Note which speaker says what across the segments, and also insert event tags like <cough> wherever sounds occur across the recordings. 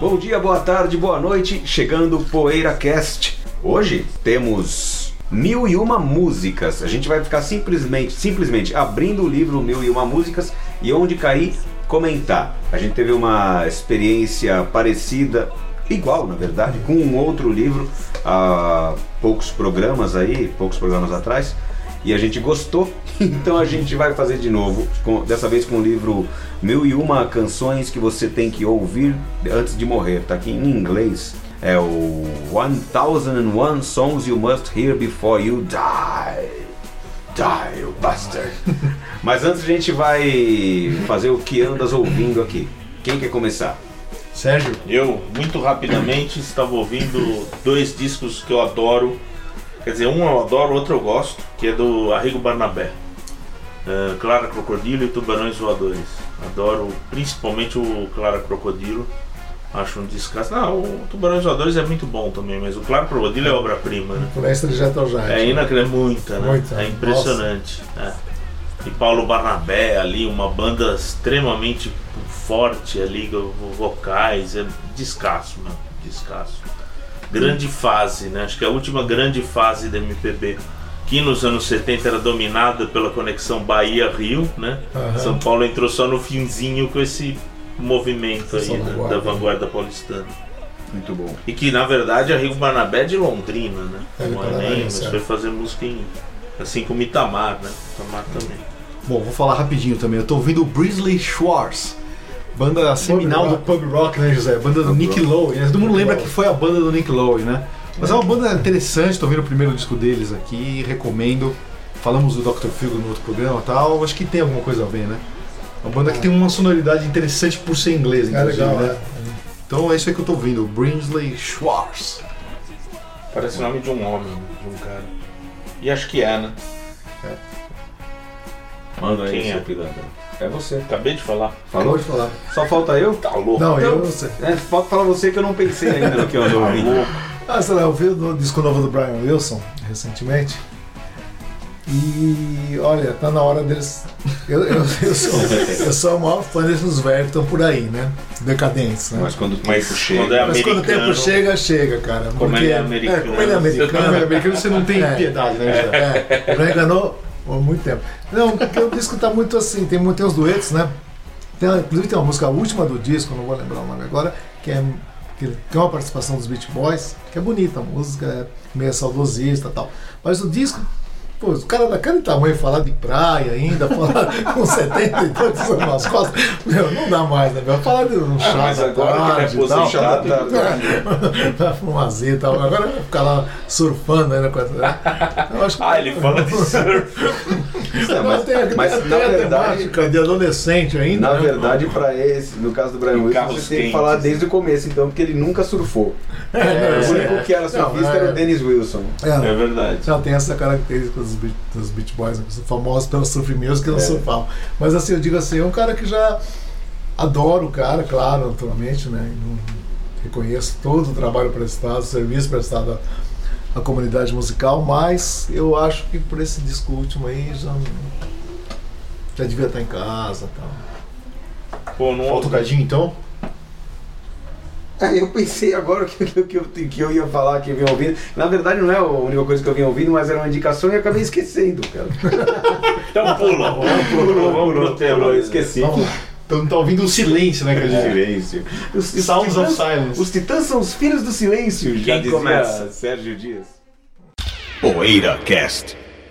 Speaker 1: Bom dia, boa tarde, boa noite, chegando o PoeiraCast. Hoje temos Mil e Uma Músicas. A gente vai ficar simplesmente, simplesmente abrindo o livro Mil e Uma Músicas e onde cair, comentar. A gente teve uma experiência parecida, igual na verdade, com um outro livro há poucos programas aí, poucos programas atrás. E a gente gostou, <laughs> então a gente vai fazer de novo, com- dessa vez com o livro Mil e Uma Canções que Você Tem que Ouvir Antes de Morrer. Tá aqui em inglês. É o 1001 Songs You Must Hear Before You Die. Die, you bastard. Mas antes a gente vai fazer o que andas ouvindo aqui. Quem quer começar?
Speaker 2: Sérgio,
Speaker 3: Eu, muito rapidamente, estava ouvindo dois discos que eu adoro. Quer dizer, um eu adoro, outro eu gosto, que é do Arrigo Barnabé. É, Clara Crocodilo e Tubarões Voadores. Adoro principalmente o Clara Crocodilo. Acho um descasso. Não, o Tubarões Voadores é muito bom também, mas o Clara Crocodilo é obra-prima, né?
Speaker 2: floresta de Jetro
Speaker 3: É
Speaker 2: Jade.
Speaker 3: inacreditável, muita, né?
Speaker 2: né? Muita,
Speaker 3: É impressionante. né? E Paulo Barnabé ali, uma banda extremamente forte ali, vo- vocais, é descasso, mano, descasso. Grande fase, né? Acho que é a última grande fase da MPB, que nos anos 70 era dominada pela conexão Bahia-Rio, né?
Speaker 2: Aham.
Speaker 3: São Paulo entrou só no finzinho com esse movimento aí
Speaker 2: Essa
Speaker 3: né, da
Speaker 2: vanguarda.
Speaker 3: vanguarda paulistana.
Speaker 1: Muito bom.
Speaker 3: E que na verdade a Rio Barnabé é de Londrina, né?
Speaker 2: É,
Speaker 3: não é
Speaker 2: Paranaense,
Speaker 3: nem, mas
Speaker 2: é.
Speaker 3: foi fazer música em. Assim como Itamar, né? Itamar também.
Speaker 4: Bom, vou falar rapidinho também. Eu tô ouvindo o Brisley Schwartz, banda seminal do
Speaker 2: rock.
Speaker 4: pub rock, né, José? Banda do
Speaker 1: Pub
Speaker 4: Nick
Speaker 1: rock.
Speaker 4: Lowe. né? Todo mundo
Speaker 2: Pub
Speaker 4: lembra
Speaker 2: rock.
Speaker 4: que foi a banda do Nick Lowe, né? Mas é uma banda interessante, tô ouvindo o primeiro disco deles aqui, recomendo. Falamos do Dr. Figo no outro programa e tal, acho que tem alguma coisa a ver, né? Uma banda que tem uma sonoridade interessante por ser inglês,
Speaker 2: É
Speaker 4: inclusive,
Speaker 2: legal,
Speaker 4: né?
Speaker 2: né?
Speaker 4: Então é isso aí que eu tô ouvindo, o Brisley Schwartz.
Speaker 3: Parece o nome de um homem, né? de um cara. E acho que é, né?
Speaker 1: Manda aí,
Speaker 3: Quem é?
Speaker 1: seu pilantra. É você.
Speaker 3: Acabei de falar.
Speaker 1: Falou?
Speaker 2: de falar.
Speaker 1: Só falta eu?
Speaker 3: Tá louco.
Speaker 2: Não,
Speaker 1: Então-
Speaker 2: eu não sei.
Speaker 1: É, falta falar você que eu não pensei ainda no que eu ando
Speaker 3: Tá
Speaker 1: ouvindo.
Speaker 3: louco.
Speaker 2: Ah, sei lá, eu vi o disco novo do Brian Wilson recentemente. E olha, tá na hora deles. Eu, eu, eu sou, eu sou o maior fã desses velhos que estão por aí, né? Decadentes, né?
Speaker 1: Mas quando o
Speaker 3: Mas
Speaker 1: tempo chega.
Speaker 3: quando é
Speaker 2: Mas quando o tempo
Speaker 3: americano-
Speaker 2: chega, chega, cara.
Speaker 3: Como
Speaker 2: porque-
Speaker 3: ele é americano.
Speaker 2: É, como ele é americano.
Speaker 4: Quando é americano você não tem
Speaker 2: É.
Speaker 4: piedade, né, José?
Speaker 2: É, já enganou há muito tempo. Não, porque o disco tá muito assim, tem, muito- tem os duetos, né? Tem, inclusive tem uma música, a última do disco, não vou lembrar o nome agora, que é que ele tem uma participação dos Beach Boys, que é bonita, a música é meio saudosista e tal. Mas o disco, pô, o cara daquele tamanho falar de praia ainda, <laughs> falar com 72 anos nas costas, meu, não dá mais, né? Meu? Falar de um chá
Speaker 3: Ah, mas
Speaker 2: da
Speaker 3: agora que
Speaker 2: tarde
Speaker 3: ele é
Speaker 2: e tal.
Speaker 3: aposentado,
Speaker 1: tá- tá-
Speaker 2: Vai fumazir e tal. Agora vai ficar lá surfando ainda com essa. Eu acho que-
Speaker 3: Ah, ele
Speaker 1: <laughs>
Speaker 3: fala de surf.
Speaker 1: É, mas-
Speaker 2: tem-
Speaker 1: mas,
Speaker 2: tem
Speaker 1: na
Speaker 2: a
Speaker 1: verdade,
Speaker 2: temática de adolescente ainda.
Speaker 1: na
Speaker 2: né?
Speaker 1: verdade, para esse, no caso do Brian
Speaker 3: Em
Speaker 1: Wilson,
Speaker 3: carros
Speaker 1: você tem que
Speaker 3: quentes.
Speaker 1: falar desde o começo, então, porque ele nunca surfou.
Speaker 2: É, não,
Speaker 1: o
Speaker 2: isso
Speaker 1: único que era
Speaker 2: Não,
Speaker 1: surfista
Speaker 2: é-
Speaker 1: era o Dennis Wilson.
Speaker 2: é,
Speaker 3: É verdade.
Speaker 2: já tem essa característica dos, Beat- dos Beach Boys, né, que são famosos pelos surf music
Speaker 1: É.
Speaker 2: que não surfavam. Mas assim, eu digo assim, é um cara que já adoro o cara, claro, naturalmente, né? e não- Reconheço todo o trabalho prestado, o serviço prestado à- à comunidade musical, mas eu acho que por esse disco último aí já, já devia estar em casa e tal.
Speaker 3: Pô, não
Speaker 4: Falta o cadinho então?
Speaker 1: Ah, eu pensei agora o que, que, que, eu, que eu ia falar, que eu vinha ouvindo. Na verdade, não é a única coisa que eu vinha ouvindo, mas era uma indicação e eu acabei esquecendo, cara.
Speaker 3: Então pula. Vamos pro- Vamos pro tema.
Speaker 1: eu esqueci. É.
Speaker 4: Vamos lá. Então tá ouvindo o silêncio, né, quer
Speaker 2: É.
Speaker 4: dizer?
Speaker 1: Silêncio. Os, os
Speaker 4: Sounds of
Speaker 1: titãs,
Speaker 4: Silence.
Speaker 1: os titãs são os filhos do silêncio, já
Speaker 3: Quem
Speaker 1: dizia
Speaker 3: começa?
Speaker 1: Sérgio Dias.
Speaker 5: Poeira Cast,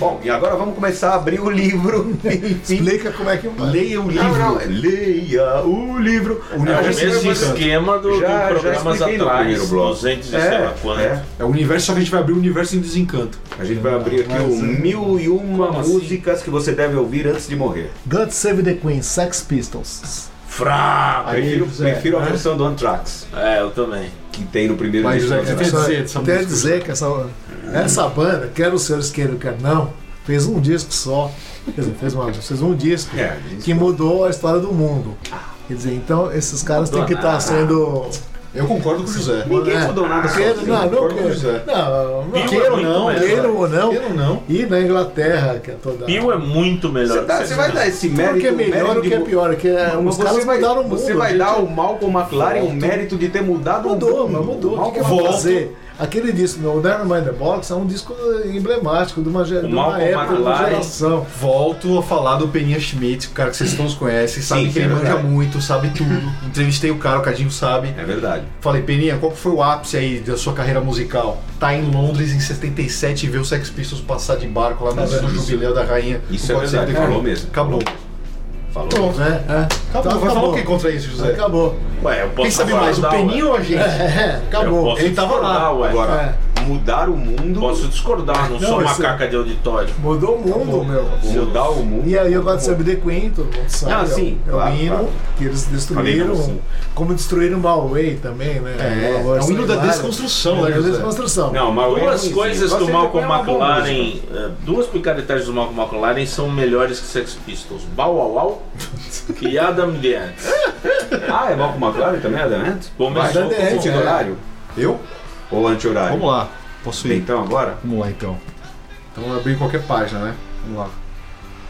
Speaker 1: Bom, e agora vamos começar a abrir o livro. <laughs> Enfim.
Speaker 2: Explica como é que vai.
Speaker 4: Leia o
Speaker 1: Não,
Speaker 4: livro.
Speaker 1: não, um leia o livro.
Speaker 3: É o
Speaker 1: Já
Speaker 3: mesmo
Speaker 1: expliquei- então.
Speaker 3: esquema do,
Speaker 1: Já- já
Speaker 3: do programas
Speaker 1: expliquei no primeiro
Speaker 3: atrás,
Speaker 1: bloco.
Speaker 3: 200 e sei lá quanto.
Speaker 1: É, é.
Speaker 4: É o universo, só que a gente vai abrir o universo em desencanto.
Speaker 1: A gente vai abrir aqui o mil e uma
Speaker 3: Como assim?
Speaker 1: músicas que você deve ouvir antes de morrer.
Speaker 2: God Save the Queen, Sex Pistols.
Speaker 3: Fraco!
Speaker 4: Aí,
Speaker 1: Prefiro,
Speaker 4: José,
Speaker 1: prefiro a
Speaker 4: né?
Speaker 1: versão do Anthrax,
Speaker 3: É, eu também.
Speaker 1: que tem no primeiro
Speaker 4: Mas,
Speaker 1: disco.
Speaker 4: José,
Speaker 1: do
Speaker 4: quer
Speaker 1: Anthrax.
Speaker 4: dizer dessa
Speaker 2: Quer
Speaker 4: música?
Speaker 2: dizer que essa, essa banda, quer os senhores queiram, quer não, fez um disco só. Quer dizer, fez, uma, fez um disco
Speaker 1: É, a gente-
Speaker 2: que mudou a história do mundo. Quer dizer, então esses caras têm que estar
Speaker 3: nada.
Speaker 2: sendo.
Speaker 4: Ah. Eu concordo com o José.
Speaker 1: Ninguém
Speaker 2: É.
Speaker 1: mudou nada só.
Speaker 2: Queiram, não, não
Speaker 4: concordo com o José.
Speaker 2: queiram. Não, não.
Speaker 3: Queiram
Speaker 2: Queiram
Speaker 3: ou
Speaker 2: não,
Speaker 3: não,
Speaker 2: queiram ou não.
Speaker 4: Eu não.
Speaker 2: E na Inglaterra, que é toda.
Speaker 3: Pio é muito melhor
Speaker 1: Você, dá-
Speaker 3: que
Speaker 1: você vai dar esse mérito.
Speaker 2: o que é melhor
Speaker 1: mérito
Speaker 2: o que é
Speaker 1: de-
Speaker 2: pior, é que é,
Speaker 1: Mas
Speaker 2: os
Speaker 1: você
Speaker 2: caras
Speaker 1: vai,
Speaker 2: mudaram o mundo.
Speaker 1: Você vai
Speaker 2: gente.
Speaker 4: um
Speaker 1: dar ao Malcolm McLaren o
Speaker 2: Volto.
Speaker 1: mérito de ter mudado o
Speaker 2: Mudou,
Speaker 1: mundo.
Speaker 2: mas mudou. O que, que vai
Speaker 1: Volto.
Speaker 2: fazer? Aquele disco, o Nevermind the Box, é um disco emblemático de uma, ge- de uma
Speaker 3: Malcolm
Speaker 2: época, de uma
Speaker 3: McLaren.
Speaker 2: geração.
Speaker 4: Volto a falar do Peninha Schmidt, o cara que vocês todos conhecem, sabe
Speaker 1: Sim,
Speaker 4: que ele
Speaker 1: é
Speaker 4: manja
Speaker 1: verdade.
Speaker 4: muito, sabe tudo. Entrevistei o cara, o Cadinho sabe.
Speaker 1: É verdade.
Speaker 4: Falei, Peninha, qual que foi o ápice aí da sua carreira musical? Tá em Londres em 77 e ver o Sex Pistols passar de barco lá no
Speaker 1: Tá Isso.
Speaker 4: no jubileu da rainha.
Speaker 1: Isso
Speaker 4: O
Speaker 1: é
Speaker 4: God Save
Speaker 1: verdade.
Speaker 4: the Queen.
Speaker 1: Falou mesmo.
Speaker 4: Acabou.
Speaker 1: Falou. Tá
Speaker 2: Pronto, né? É. Então,
Speaker 4: Acabou. Vai falar o que contra isso,
Speaker 1: É.
Speaker 4: José?
Speaker 2: Acabou.
Speaker 3: Ué, eu posso
Speaker 4: Quem sabe
Speaker 3: falar
Speaker 4: mais, o
Speaker 3: da-
Speaker 4: Peninha ou a gente?
Speaker 2: É,
Speaker 3: Eu
Speaker 2: acabou.
Speaker 3: posso
Speaker 4: Ele tava lá.
Speaker 3: discordar, ué.
Speaker 1: Agora, mudar o mundo.
Speaker 3: Posso discordar, não,
Speaker 2: Não,
Speaker 3: sou
Speaker 2: isso-
Speaker 3: macaca de auditório.
Speaker 2: Mudou o mundo, meu.
Speaker 1: Mudar o mundo.
Speaker 2: E aí eu gosto de saber The Queen, todo mundo sabe.
Speaker 1: Ah,
Speaker 2: é o-
Speaker 1: sim,
Speaker 2: é o
Speaker 1: claro,
Speaker 2: hino
Speaker 1: claro.
Speaker 2: que eles
Speaker 1: Falei
Speaker 2: destruíram.
Speaker 1: com você.
Speaker 2: Como destruíram Malway também, né?
Speaker 4: É,
Speaker 2: Uma
Speaker 4: é o hino da
Speaker 2: hilária.
Speaker 4: desconstrução, né,
Speaker 2: É, da
Speaker 4: José?
Speaker 2: desconstrução.
Speaker 1: Não, mas eu
Speaker 3: Duas
Speaker 1: não
Speaker 3: coisas
Speaker 1: sei.
Speaker 3: do
Speaker 1: Você
Speaker 3: Malcolm
Speaker 1: é uma boa música.
Speaker 3: McLaren, eh, duas picaretagens do Malcolm McLaren são melhores que Sex Pistols. Bow Wow Wow e Adam Dance.
Speaker 1: Ah, é Malcolm McLaren também, Adamento?
Speaker 3: Começou
Speaker 2: Adam Dance,
Speaker 3: com-
Speaker 1: Sentido
Speaker 2: É.
Speaker 1: horário?
Speaker 4: Eu?
Speaker 1: Ou anti-horário?
Speaker 4: Vamos lá. Posso
Speaker 2: assim?
Speaker 4: ir?
Speaker 1: Então agora?
Speaker 4: Vamos lá então. Então eu abri qualquer página, né? Vamos lá.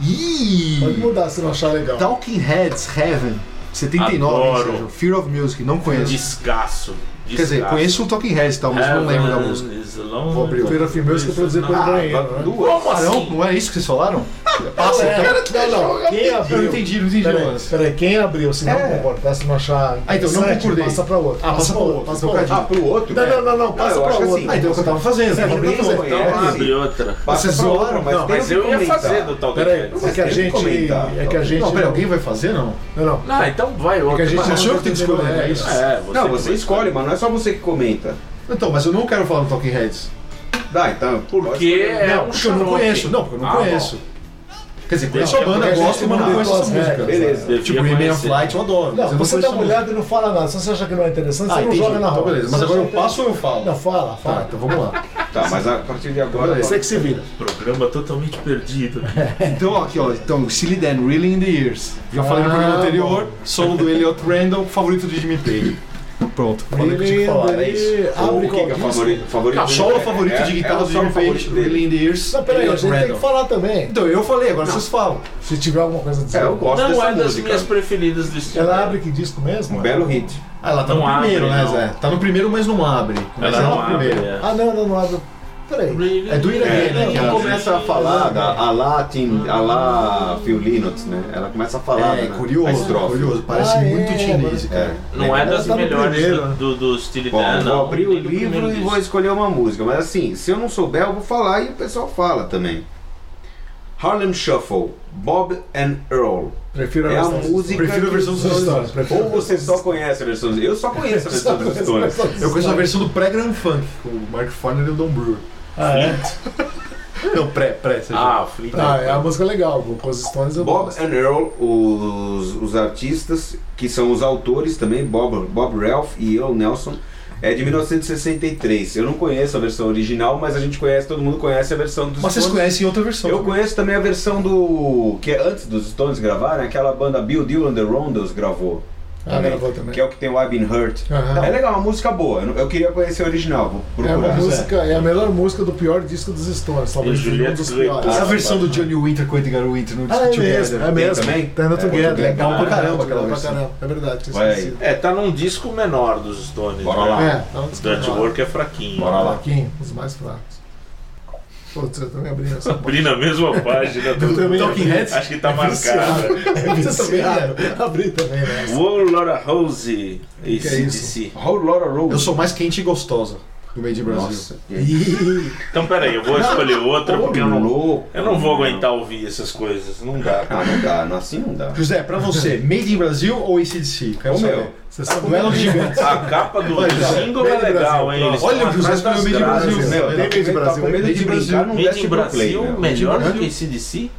Speaker 4: Ih!
Speaker 2: Pode mudar se não achar legal.
Speaker 4: Talking Heads Heaven 79,
Speaker 3: Adoro.
Speaker 4: ou seja, Fear of Music, não conheço.
Speaker 3: Descasso.
Speaker 4: Quer dizer, conheço o Talking Heads, tal, mas não lembro da música.
Speaker 3: Vou
Speaker 4: abrir
Speaker 2: Primeira filmeira que eu produzi pelo
Speaker 4: é
Speaker 2: Brian. né?
Speaker 1: Duas.
Speaker 4: Ah,
Speaker 3: assim?
Speaker 4: não, não é isso que vocês falaram? Passa,
Speaker 2: É,
Speaker 4: então.
Speaker 2: não, não. Quem
Speaker 4: Eu não
Speaker 2: abriu?
Speaker 4: entendi, não entendi.
Speaker 2: Peraí,
Speaker 4: Jonas.
Speaker 2: peraí, quem abriu? Se não
Speaker 1: É.
Speaker 2: concordar, se não achar.
Speaker 4: Ah, então, não
Speaker 2: interessante,
Speaker 4: concordei.
Speaker 2: Passa pra outro.
Speaker 4: Ah, passa pra outro,
Speaker 2: Passa pra
Speaker 4: então,
Speaker 2: outro.
Speaker 1: Ah, pro outro?
Speaker 2: assim?
Speaker 1: né?
Speaker 2: Não, não, não, não, passa
Speaker 1: eu
Speaker 2: pra
Speaker 1: acho que
Speaker 2: outro.
Speaker 1: assim,
Speaker 4: Ah, então é o que eu tava fazendo.
Speaker 2: Sim,
Speaker 4: eu abri
Speaker 2: eu tô
Speaker 4: um.
Speaker 2: fazendo.
Speaker 3: Então
Speaker 1: É,
Speaker 3: abre outra.
Speaker 1: passa
Speaker 4: vocês
Speaker 1: pra
Speaker 4: zoaram,
Speaker 1: outro,
Speaker 4: não,
Speaker 1: tem
Speaker 3: Mas
Speaker 1: que
Speaker 3: eu ia
Speaker 1: comentar.
Speaker 3: fazer do tal
Speaker 2: Peraí,
Speaker 3: Dead.
Speaker 2: é que a
Speaker 1: tem que
Speaker 2: gente.
Speaker 1: comentar.
Speaker 2: É que a gente.
Speaker 4: Não, peraí, alguém vai fazer, não?
Speaker 2: Não, não.
Speaker 3: Ah, então vai outra.
Speaker 2: a gente
Speaker 3: Mas-
Speaker 4: Mas sou eu É que tenho que escolher, é isso?
Speaker 3: É, você
Speaker 1: Não, você escolhe, mas não é só você que comenta.
Speaker 4: Então, mas eu não quero falar do Talking Heads.
Speaker 1: Dá, então.
Speaker 3: Porque é
Speaker 4: não,
Speaker 3: um
Speaker 4: porque eu não
Speaker 3: xarope.
Speaker 4: conheço. Não, porque eu não
Speaker 3: Ah, bom.
Speaker 4: conheço. Quer dizer, conheço
Speaker 3: Não,
Speaker 4: a banda,
Speaker 2: porque a
Speaker 4: gosto, mas
Speaker 2: gente
Speaker 4: não
Speaker 2: não
Speaker 4: conheço
Speaker 2: deu
Speaker 4: essa
Speaker 2: as
Speaker 4: música.
Speaker 2: regras,
Speaker 1: Beleza.
Speaker 3: Devia
Speaker 4: Tipo, Remain
Speaker 3: né? conhecer.
Speaker 4: Flight eu adoro. mas
Speaker 2: Não,
Speaker 4: eu
Speaker 2: você dá
Speaker 4: conheço
Speaker 2: uma
Speaker 4: essa
Speaker 2: olhada e não fala nada. Se você acha que não é interessante,
Speaker 4: Ah,
Speaker 2: você não
Speaker 4: entendi.
Speaker 2: joga na
Speaker 4: Então,
Speaker 2: roda.
Speaker 4: beleza. Mas
Speaker 2: Se
Speaker 4: agora
Speaker 2: você
Speaker 4: eu passo ou eu falo?
Speaker 2: Não, fala,
Speaker 4: Tá,
Speaker 2: fala.
Speaker 4: então vamos lá.
Speaker 1: Tá, mas a partir de agora.
Speaker 4: Beleza.
Speaker 2: Você que se vira.
Speaker 3: Programa totalmente perdido.
Speaker 4: Então, ó, aqui, ó. Então, Silly Dan, Really in the Years. Já falei no
Speaker 2: Ah,
Speaker 4: programa anterior. Solo do Elliot Randall, favorito de Jimmy Page. Pronto. Falei o que eu tinha que falar, era isso.
Speaker 1: O
Speaker 2: Abre
Speaker 1: que que é
Speaker 2: qual disco?
Speaker 1: favorito? favorito
Speaker 4: Ah, solo favorito de guitarra
Speaker 1: é, é
Speaker 4: do
Speaker 1: o solo
Speaker 4: Jimmy Page,
Speaker 1: favorito
Speaker 4: Really
Speaker 1: dele.
Speaker 4: in the Years.
Speaker 2: Não, peraí, a
Speaker 4: Elliot
Speaker 2: gente tem que
Speaker 4: Randall.
Speaker 2: falar também.
Speaker 4: Então, eu falei, agora vocês falam.
Speaker 2: Se tiver alguma coisa a dizer.
Speaker 1: É, eu gosto
Speaker 3: Não
Speaker 1: dessa
Speaker 3: é das
Speaker 1: música.
Speaker 3: minhas preferidas do estilo.
Speaker 2: Ela abre que disco mesmo?
Speaker 1: Um belo hit.
Speaker 4: Ah, ela tá
Speaker 3: Não
Speaker 4: no
Speaker 3: abre,
Speaker 4: primeiro, né,
Speaker 3: não.
Speaker 4: Zé? Tá no primeiro, mas não abre. Mas é
Speaker 3: Ela não
Speaker 4: no
Speaker 3: abre.
Speaker 4: primeiro.
Speaker 3: é.
Speaker 2: Ah, não, não, não abre. Peraí.
Speaker 4: É do Irã,
Speaker 1: É,
Speaker 4: né? que
Speaker 1: ela
Speaker 4: abre.
Speaker 1: começa a falar da a Latin, a lá Phil Linux, né? Ela começa a falar.
Speaker 4: É,
Speaker 1: né? a
Speaker 4: curioso,
Speaker 1: estrofe.
Speaker 4: curioso. Parece
Speaker 2: Ah, é,
Speaker 4: muito chinês,
Speaker 2: agora-
Speaker 4: cara.
Speaker 1: É.
Speaker 3: Não é das
Speaker 2: Ela tá no
Speaker 3: melhores
Speaker 2: primeiro,
Speaker 3: do,
Speaker 2: né?
Speaker 3: do, do estilo
Speaker 1: Bom,
Speaker 3: Dan,
Speaker 1: vou
Speaker 3: não.
Speaker 1: abrir o
Speaker 3: Tem do
Speaker 1: livro
Speaker 3: primeiro
Speaker 1: e vou
Speaker 3: disco.
Speaker 1: escolher uma música, mas assim, se eu não souber, eu vou falar e o pessoal fala também. Harlem Shuffle, Bob and Earl.
Speaker 2: Prefiro
Speaker 1: É a
Speaker 2: versão-
Speaker 1: música.
Speaker 4: Prefiro a
Speaker 1: que-
Speaker 4: versão dos Stones.
Speaker 2: Prefiro-
Speaker 1: Ou você só conhece a versão dos Eu só conheço
Speaker 2: <laughs>
Speaker 1: a versão dos Stones.
Speaker 4: Eu conheço a versão do pré-Grand Funk, com o Mark Farner e o Don Brewer.
Speaker 2: Ah, é?
Speaker 4: Não, pré, pré, seja.
Speaker 3: Ah, Fleet.
Speaker 2: Ah, é uma música legal. Com os Stones eu
Speaker 1: Bob
Speaker 2: gosto.
Speaker 1: and Earl, os, os artistas que são os autores também, Bob, Bob Ralph e Earl Nelson, é de 1963. Eu não conheço a versão original, mas a gente conhece, todo mundo conhece a versão dos
Speaker 4: Mas vocês
Speaker 1: Stones.
Speaker 4: conhecem outra versão.
Speaker 1: Eu conheço também a versão do. que é antes dos Stones gravarem, aquela banda Bill Dylan and The Rondos gravou.
Speaker 2: Ah, gravou também.
Speaker 1: Que é o que tem o I've Been Hurt.
Speaker 2: Aham.
Speaker 1: É legal, uma música boa. Eu não- Eu queria conhecer a original, vou
Speaker 2: É
Speaker 1: procurar.
Speaker 2: uma música, é a melhor música do pior disco dos Stones, talvez
Speaker 3: E
Speaker 2: um
Speaker 3: Juliette
Speaker 2: dos
Speaker 3: Greco.
Speaker 2: piores.
Speaker 4: Essa
Speaker 3: Ah,
Speaker 4: versão
Speaker 3: tá.
Speaker 4: do Johnny Winter com o Edgar Winter no
Speaker 2: Ah, é
Speaker 4: Together.
Speaker 2: mesmo, é mesmo.
Speaker 1: também?
Speaker 2: Tá no
Speaker 1: É,
Speaker 2: Together.
Speaker 1: Together.
Speaker 2: Legal pra caramba aquela
Speaker 4: Legal pra
Speaker 2: versão. É verdade, tinha
Speaker 1: Vai aí.
Speaker 2: esquecido.
Speaker 3: É, tá num disco menor dos Stones.
Speaker 1: Bora
Speaker 3: né?
Speaker 1: lá.
Speaker 2: É, tá um disco
Speaker 3: Dirt
Speaker 2: menor.
Speaker 3: Work é fraquinho.
Speaker 1: Bora lá.
Speaker 2: Fraquinho, os mais fracos. Pô, você também abrindo essa
Speaker 3: <laughs>
Speaker 2: porta.
Speaker 3: Abri na mesma página do
Speaker 2: também
Speaker 3: Talking
Speaker 2: abri.
Speaker 3: Heads. Acho que tá marcado.
Speaker 4: É
Speaker 2: <laughs> Você também abre. Abri
Speaker 4: então.
Speaker 2: também, né?
Speaker 3: Wow, Laura Rose e
Speaker 2: Que é
Speaker 3: CDC.
Speaker 1: Whole Lotta Road.
Speaker 4: Eu sou mais quente e gostosa do meio de Brasil.
Speaker 1: Nossa.
Speaker 2: Ih,
Speaker 3: Então peraí, eu vou escolher outra porque eu não,
Speaker 1: louco.
Speaker 3: eu não vou aguentar ouvir essas coisas. Não dá.
Speaker 1: Ah, não dá, não, assim não dá.
Speaker 4: José, pra você, Made in Brasil ou ACDC? Quero
Speaker 1: O
Speaker 4: saber.
Speaker 1: meu.
Speaker 2: Você sabe
Speaker 4: Duelo de gigantes.
Speaker 3: A capa do
Speaker 4: Olha,
Speaker 3: single
Speaker 2: Made
Speaker 3: é
Speaker 2: in
Speaker 3: legal,
Speaker 2: Brasil.
Speaker 3: hein? Eles
Speaker 4: Olha,
Speaker 3: estão
Speaker 4: o José
Speaker 3: atrás das
Speaker 4: escolheu Made in
Speaker 3: grades,
Speaker 4: Brasil.
Speaker 3: né?
Speaker 1: Meu,
Speaker 2: Made in
Speaker 1: tá com
Speaker 2: Brasil.
Speaker 1: medo
Speaker 4: Made
Speaker 1: de
Speaker 4: in
Speaker 1: brincar,
Speaker 4: Brasil.
Speaker 1: não
Speaker 3: Made
Speaker 1: desce pro
Speaker 3: in
Speaker 1: play, né?
Speaker 3: Brasil,
Speaker 1: meu.
Speaker 3: melhor
Speaker 4: Made in
Speaker 3: que esse DC?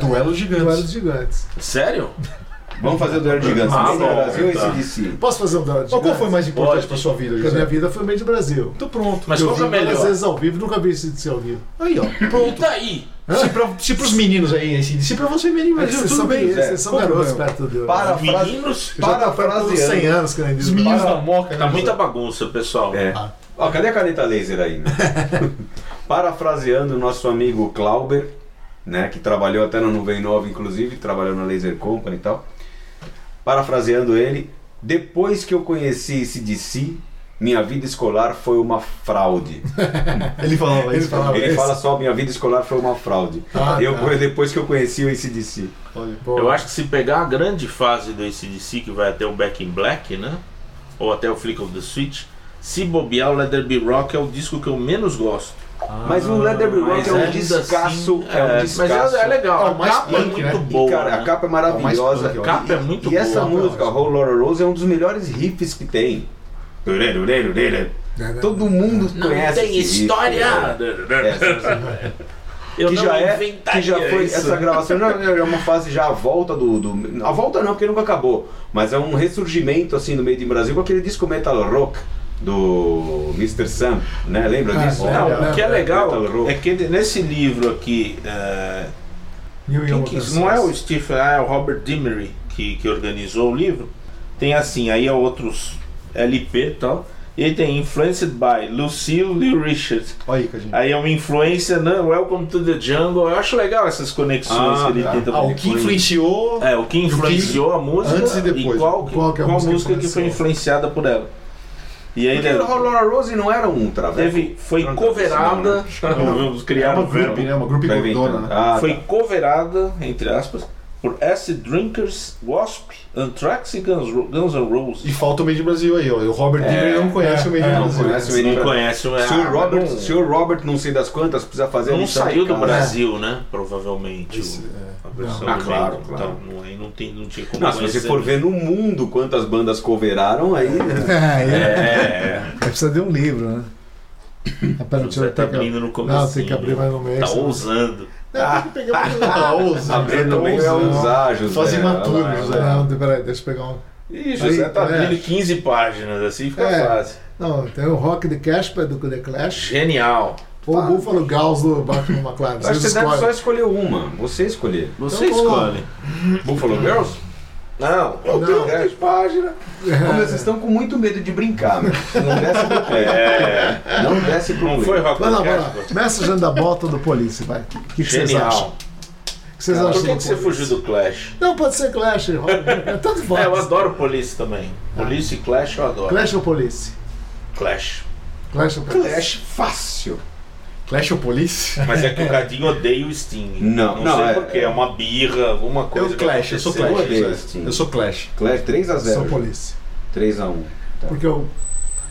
Speaker 4: Duelo de gigantes.
Speaker 2: duelo de gigantes.
Speaker 3: Sério?
Speaker 1: Vamos fazer o duelo de gigantes.
Speaker 3: Ah,
Speaker 1: Made in
Speaker 3: bom,
Speaker 1: Brasil e
Speaker 3: tá.
Speaker 1: ACDC.
Speaker 2: Posso fazer um duelo de
Speaker 4: Mas qual
Speaker 2: gigantes?
Speaker 4: foi mais importante
Speaker 3: Pode.
Speaker 4: pra sua vida,
Speaker 2: Porque a
Speaker 4: José?
Speaker 2: minha vida foi meio de Brasil.
Speaker 4: Tô pronto.
Speaker 3: Mas
Speaker 2: eu
Speaker 3: qual que é
Speaker 2: vi
Speaker 3: o melhor?
Speaker 2: várias vezes ao vivo, nunca vi esse de ao vivo.
Speaker 4: Aí, ó. Pronto.
Speaker 3: E daí?
Speaker 4: Se, pra, se pros meninos aí, ACDC, se pra você, Made in
Speaker 2: Mas
Speaker 4: Brasil,
Speaker 2: É, vocês
Speaker 4: tudo
Speaker 2: são,
Speaker 4: bem.
Speaker 2: bem, vocês são
Speaker 4: Qual o
Speaker 2: garotos
Speaker 4: problema?
Speaker 2: perto do...
Speaker 1: Para-
Speaker 3: Meninos?
Speaker 2: Já tá perto dos 100 anos que nem diz.
Speaker 4: Os meninos
Speaker 2: Para-
Speaker 4: da moca.
Speaker 3: Tá
Speaker 4: né,
Speaker 3: muita bagunça, pessoal.
Speaker 1: É. Ó, cadê a caneta laser aí? né? Parafraseando o nosso amigo Clauber, né, que trabalhou até na Nuvem Nova, inclusive, trabalhou na Laser Company e tal. Parafraseando ele, depois que eu conheci esse DC, minha vida escolar foi uma fraude.
Speaker 4: José? Ele falava
Speaker 2: Ele
Speaker 4: isso.
Speaker 2: falava.
Speaker 4: cara.
Speaker 1: Ele
Speaker 2: esse-
Speaker 1: fala só, minha vida escolar foi uma fraude.
Speaker 2: Ah,
Speaker 1: eu,
Speaker 2: tá.
Speaker 1: foi Depois que eu conheci o ACDC.
Speaker 4: Olha.
Speaker 3: Eu acho que se pegar a grande fase do ACDC, que vai até o Back in Black, né? Ou até o Flick of the Switch, se bobear, o Leather Be Rock é o disco que eu menos gosto.
Speaker 1: Mas o Leather Be Rock é um descasso.
Speaker 3: assim,
Speaker 1: é um descasso.
Speaker 3: Mas é, é legal,
Speaker 4: É o
Speaker 3: a
Speaker 4: mais
Speaker 3: capa é
Speaker 4: punk,
Speaker 3: muito
Speaker 4: né? E,
Speaker 1: E,
Speaker 3: boa.
Speaker 1: cara, a
Speaker 3: né?
Speaker 1: capa é maravilhosa.
Speaker 4: É o mais punk,
Speaker 3: A capa é muito
Speaker 1: e
Speaker 3: boa.
Speaker 1: essa música,
Speaker 2: ótimo.
Speaker 1: Whole Lotta Rose, é um dos melhores riffs que tem. Todo mundo
Speaker 3: Não
Speaker 1: conhece. esse
Speaker 3: tem
Speaker 1: riff,
Speaker 3: história! É.
Speaker 1: né? Essa-
Speaker 3: Eu
Speaker 1: que
Speaker 3: não
Speaker 1: já é, que
Speaker 3: inventaria
Speaker 1: já foi
Speaker 3: isso.
Speaker 1: essa gravação já já é uma fase já à volta do, do- a volta não porque nunca acabou, mas é um ressurgimento assim no meio do Brasil com aquele disco metal rock do Mr. Sam, né? Lembra
Speaker 2: Ah,
Speaker 1: disso?
Speaker 2: é,
Speaker 3: Não,
Speaker 2: é,
Speaker 3: o que é legal
Speaker 1: Metal rock.
Speaker 3: é que nesse livro aqui, é,
Speaker 2: Mil e um
Speaker 3: Quem
Speaker 2: uma
Speaker 3: que-
Speaker 2: canções.
Speaker 3: não é o Stephen, ah, é o Robert Dimery que, que organizou o livro. Tem assim, aí é outros LP e tal. E aí tem Influenced by Lucille Lee Richards.
Speaker 4: Olha aí, Cadinho.
Speaker 3: Aí é uma influência, né? Welcome to the Jungle. Eu acho legal essas conexões
Speaker 1: Ah,
Speaker 3: que então ele
Speaker 1: tá.
Speaker 3: tenta
Speaker 4: Ah, o que influenciou...
Speaker 3: É, o que influenciou a música
Speaker 4: antes e depois.
Speaker 3: qual, que-
Speaker 2: Qual que é a
Speaker 3: qual
Speaker 2: música que
Speaker 3: música que
Speaker 2: influenciou?
Speaker 3: foi influenciada por ela. E aí
Speaker 1: Porque
Speaker 3: né,
Speaker 1: o Whole Lotta Rose não era um traveco.
Speaker 3: teve, foi
Speaker 1: Não, não,
Speaker 3: coverada. Vamos
Speaker 4: É
Speaker 3: criar
Speaker 4: uma
Speaker 3: um verbo.
Speaker 4: grupo, né? Uma grupo
Speaker 1: Tá inventando.
Speaker 4: gordona, né?
Speaker 1: Ah,
Speaker 3: foi
Speaker 1: tá.
Speaker 3: coverada, entre aspas, por Acid Drinkers, Wasp, Anthrax e Guns, Guns N'
Speaker 4: E
Speaker 3: Roses.
Speaker 4: falta o Made in Brasil aí, ó. O Robert
Speaker 1: É,
Speaker 4: Dibner não conhece
Speaker 2: é,
Speaker 4: o Made in
Speaker 2: é,
Speaker 1: não
Speaker 4: Brasil.
Speaker 1: conhece o Made in Brasil.
Speaker 3: conhece, é ah,
Speaker 1: Se o Robert,
Speaker 3: né? não,
Speaker 1: se o Robert não sei das quantas precisa fazer a
Speaker 3: não
Speaker 1: lição de
Speaker 3: saiu do
Speaker 1: casa.
Speaker 3: Brasil, né? Provavelmente. o-
Speaker 4: Isso, é.
Speaker 3: a versão
Speaker 1: Ah,
Speaker 3: do
Speaker 1: claro,
Speaker 3: Made,
Speaker 1: claro.
Speaker 3: Então, não, aí não, tem, não tinha como
Speaker 1: Não, se você
Speaker 3: conhecer.
Speaker 1: for ver no mundo quantas bandas coveraram,
Speaker 3: <laughs>
Speaker 1: aí.
Speaker 2: É, é.
Speaker 3: É,
Speaker 2: Precisa de um livro, né?
Speaker 3: <coughs>
Speaker 2: Ah, pera, deixa
Speaker 3: você
Speaker 2: eu
Speaker 3: tá
Speaker 2: ter que-
Speaker 3: abrindo no começo.
Speaker 2: Não, tem que abrir mais no meio.
Speaker 3: Tá
Speaker 2: senão-
Speaker 3: ousando.
Speaker 2: Não, tem que pegar
Speaker 3: <laughs>
Speaker 2: um mais no meio.
Speaker 4: Ah, ousa,
Speaker 1: Abrir
Speaker 4: tá
Speaker 1: também é
Speaker 4: ousando.
Speaker 1: usar, José.
Speaker 4: Faz
Speaker 3: né?
Speaker 4: imatura,
Speaker 1: Olha né? lá,
Speaker 4: José.
Speaker 2: Não, de- peraí, deixa eu pegar um.
Speaker 3: Ih, José
Speaker 2: Aí,
Speaker 3: tá
Speaker 2: é.
Speaker 3: abrindo 15 páginas, assim fica
Speaker 2: É.
Speaker 3: fácil.
Speaker 2: Não, tem o Rock de Casper do The Clash
Speaker 3: Genial.
Speaker 2: ou o Buffalo Gals do Batman
Speaker 3: <laughs>
Speaker 1: Acho
Speaker 2: McLaren.
Speaker 1: que
Speaker 2: Vocês
Speaker 1: você deve só
Speaker 2: escolhem.
Speaker 1: escolher uma. Você escolher.
Speaker 3: Você
Speaker 2: Então,
Speaker 3: escolhe.
Speaker 1: Buffalo Girls?
Speaker 3: Não.
Speaker 1: Eu
Speaker 2: tenho
Speaker 1: três páginas. Vocês estão com muito medo de brincar, meu. Não desce pro play.
Speaker 3: É.
Speaker 1: Não desce pro
Speaker 3: Não
Speaker 1: play.
Speaker 3: foi Rock
Speaker 2: Vai lá, vai lá.
Speaker 3: Casper?
Speaker 2: Message and the Bottle do Police, vai. O que que vocês acham?
Speaker 3: Genial.
Speaker 2: O que vocês
Speaker 3: Por
Speaker 2: acham
Speaker 3: que,
Speaker 2: do
Speaker 3: que você
Speaker 2: Police?
Speaker 3: fugiu do Clash?
Speaker 2: Não, pode ser Clash, Rock. É tanto
Speaker 3: <laughs>
Speaker 2: faz.
Speaker 3: É, eu adoro Police também. Police e Clash eu adoro.
Speaker 2: Clash ou Police?
Speaker 3: Clash.
Speaker 2: Clash ou Police?
Speaker 1: Clash fácil.
Speaker 4: Clash ou Police?
Speaker 3: Mas é que o Cadinho odeia o Sting.
Speaker 1: Não,
Speaker 3: não,
Speaker 1: não,
Speaker 3: sei
Speaker 1: é-
Speaker 3: porquê. É uma birra, alguma coisa.
Speaker 4: Eu Clash, eu sou
Speaker 3: aconteceu.
Speaker 1: Clash.
Speaker 4: Clash.
Speaker 1: odeio
Speaker 4: José.
Speaker 1: esse
Speaker 4: Eu sou Clash.
Speaker 1: Clash 3x0.
Speaker 2: São Police.
Speaker 1: 3x1.
Speaker 2: Porque eu.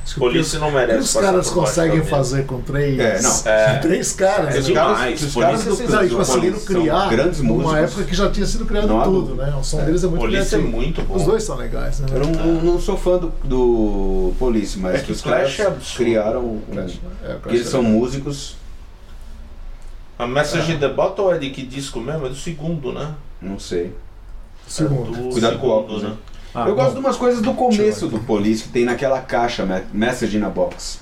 Speaker 2: acho que o
Speaker 3: Tá. Police não
Speaker 2: que
Speaker 3: merece.
Speaker 2: os
Speaker 3: passar
Speaker 2: caras
Speaker 3: por baixo
Speaker 2: conseguem
Speaker 3: da
Speaker 2: fazer com três.
Speaker 1: É, não,
Speaker 3: é.
Speaker 2: Três caras.
Speaker 3: É
Speaker 2: né?
Speaker 3: demais.
Speaker 1: os
Speaker 3: Police
Speaker 1: caras
Speaker 3: do
Speaker 1: vocês
Speaker 2: Eles aí
Speaker 1: Brasil,
Speaker 2: conseguiram
Speaker 1: são
Speaker 2: criar
Speaker 1: grandes músicos.
Speaker 2: uma época que já tinha sido criado
Speaker 1: Não há
Speaker 2: tudo,
Speaker 1: dúvida.
Speaker 2: né? O som deles é
Speaker 3: vida.
Speaker 2: muito
Speaker 3: Police é
Speaker 2: criativo.
Speaker 3: muito bom.
Speaker 2: Os dois são legais, né?
Speaker 1: Eu não, não- não sou fã do, do Police, mas
Speaker 3: É que
Speaker 1: os
Speaker 3: Clash
Speaker 1: Clash
Speaker 3: é absurdo.
Speaker 1: criaram. um-
Speaker 2: Clash, né? É, o
Speaker 1: Porque eles
Speaker 2: Clash
Speaker 1: são músicos,
Speaker 3: A Message in the Bottle é de que disco mesmo? É do segundo, né?
Speaker 1: não sei.
Speaker 2: é o segundo.
Speaker 3: Do
Speaker 1: Cuidado
Speaker 3: segundo,
Speaker 1: com o óculos,
Speaker 3: né?
Speaker 1: né?
Speaker 4: Ah,
Speaker 1: eu
Speaker 4: bom.
Speaker 1: gosto de umas coisas do começo do Police que tem naquela caixa, me- Message in a Box.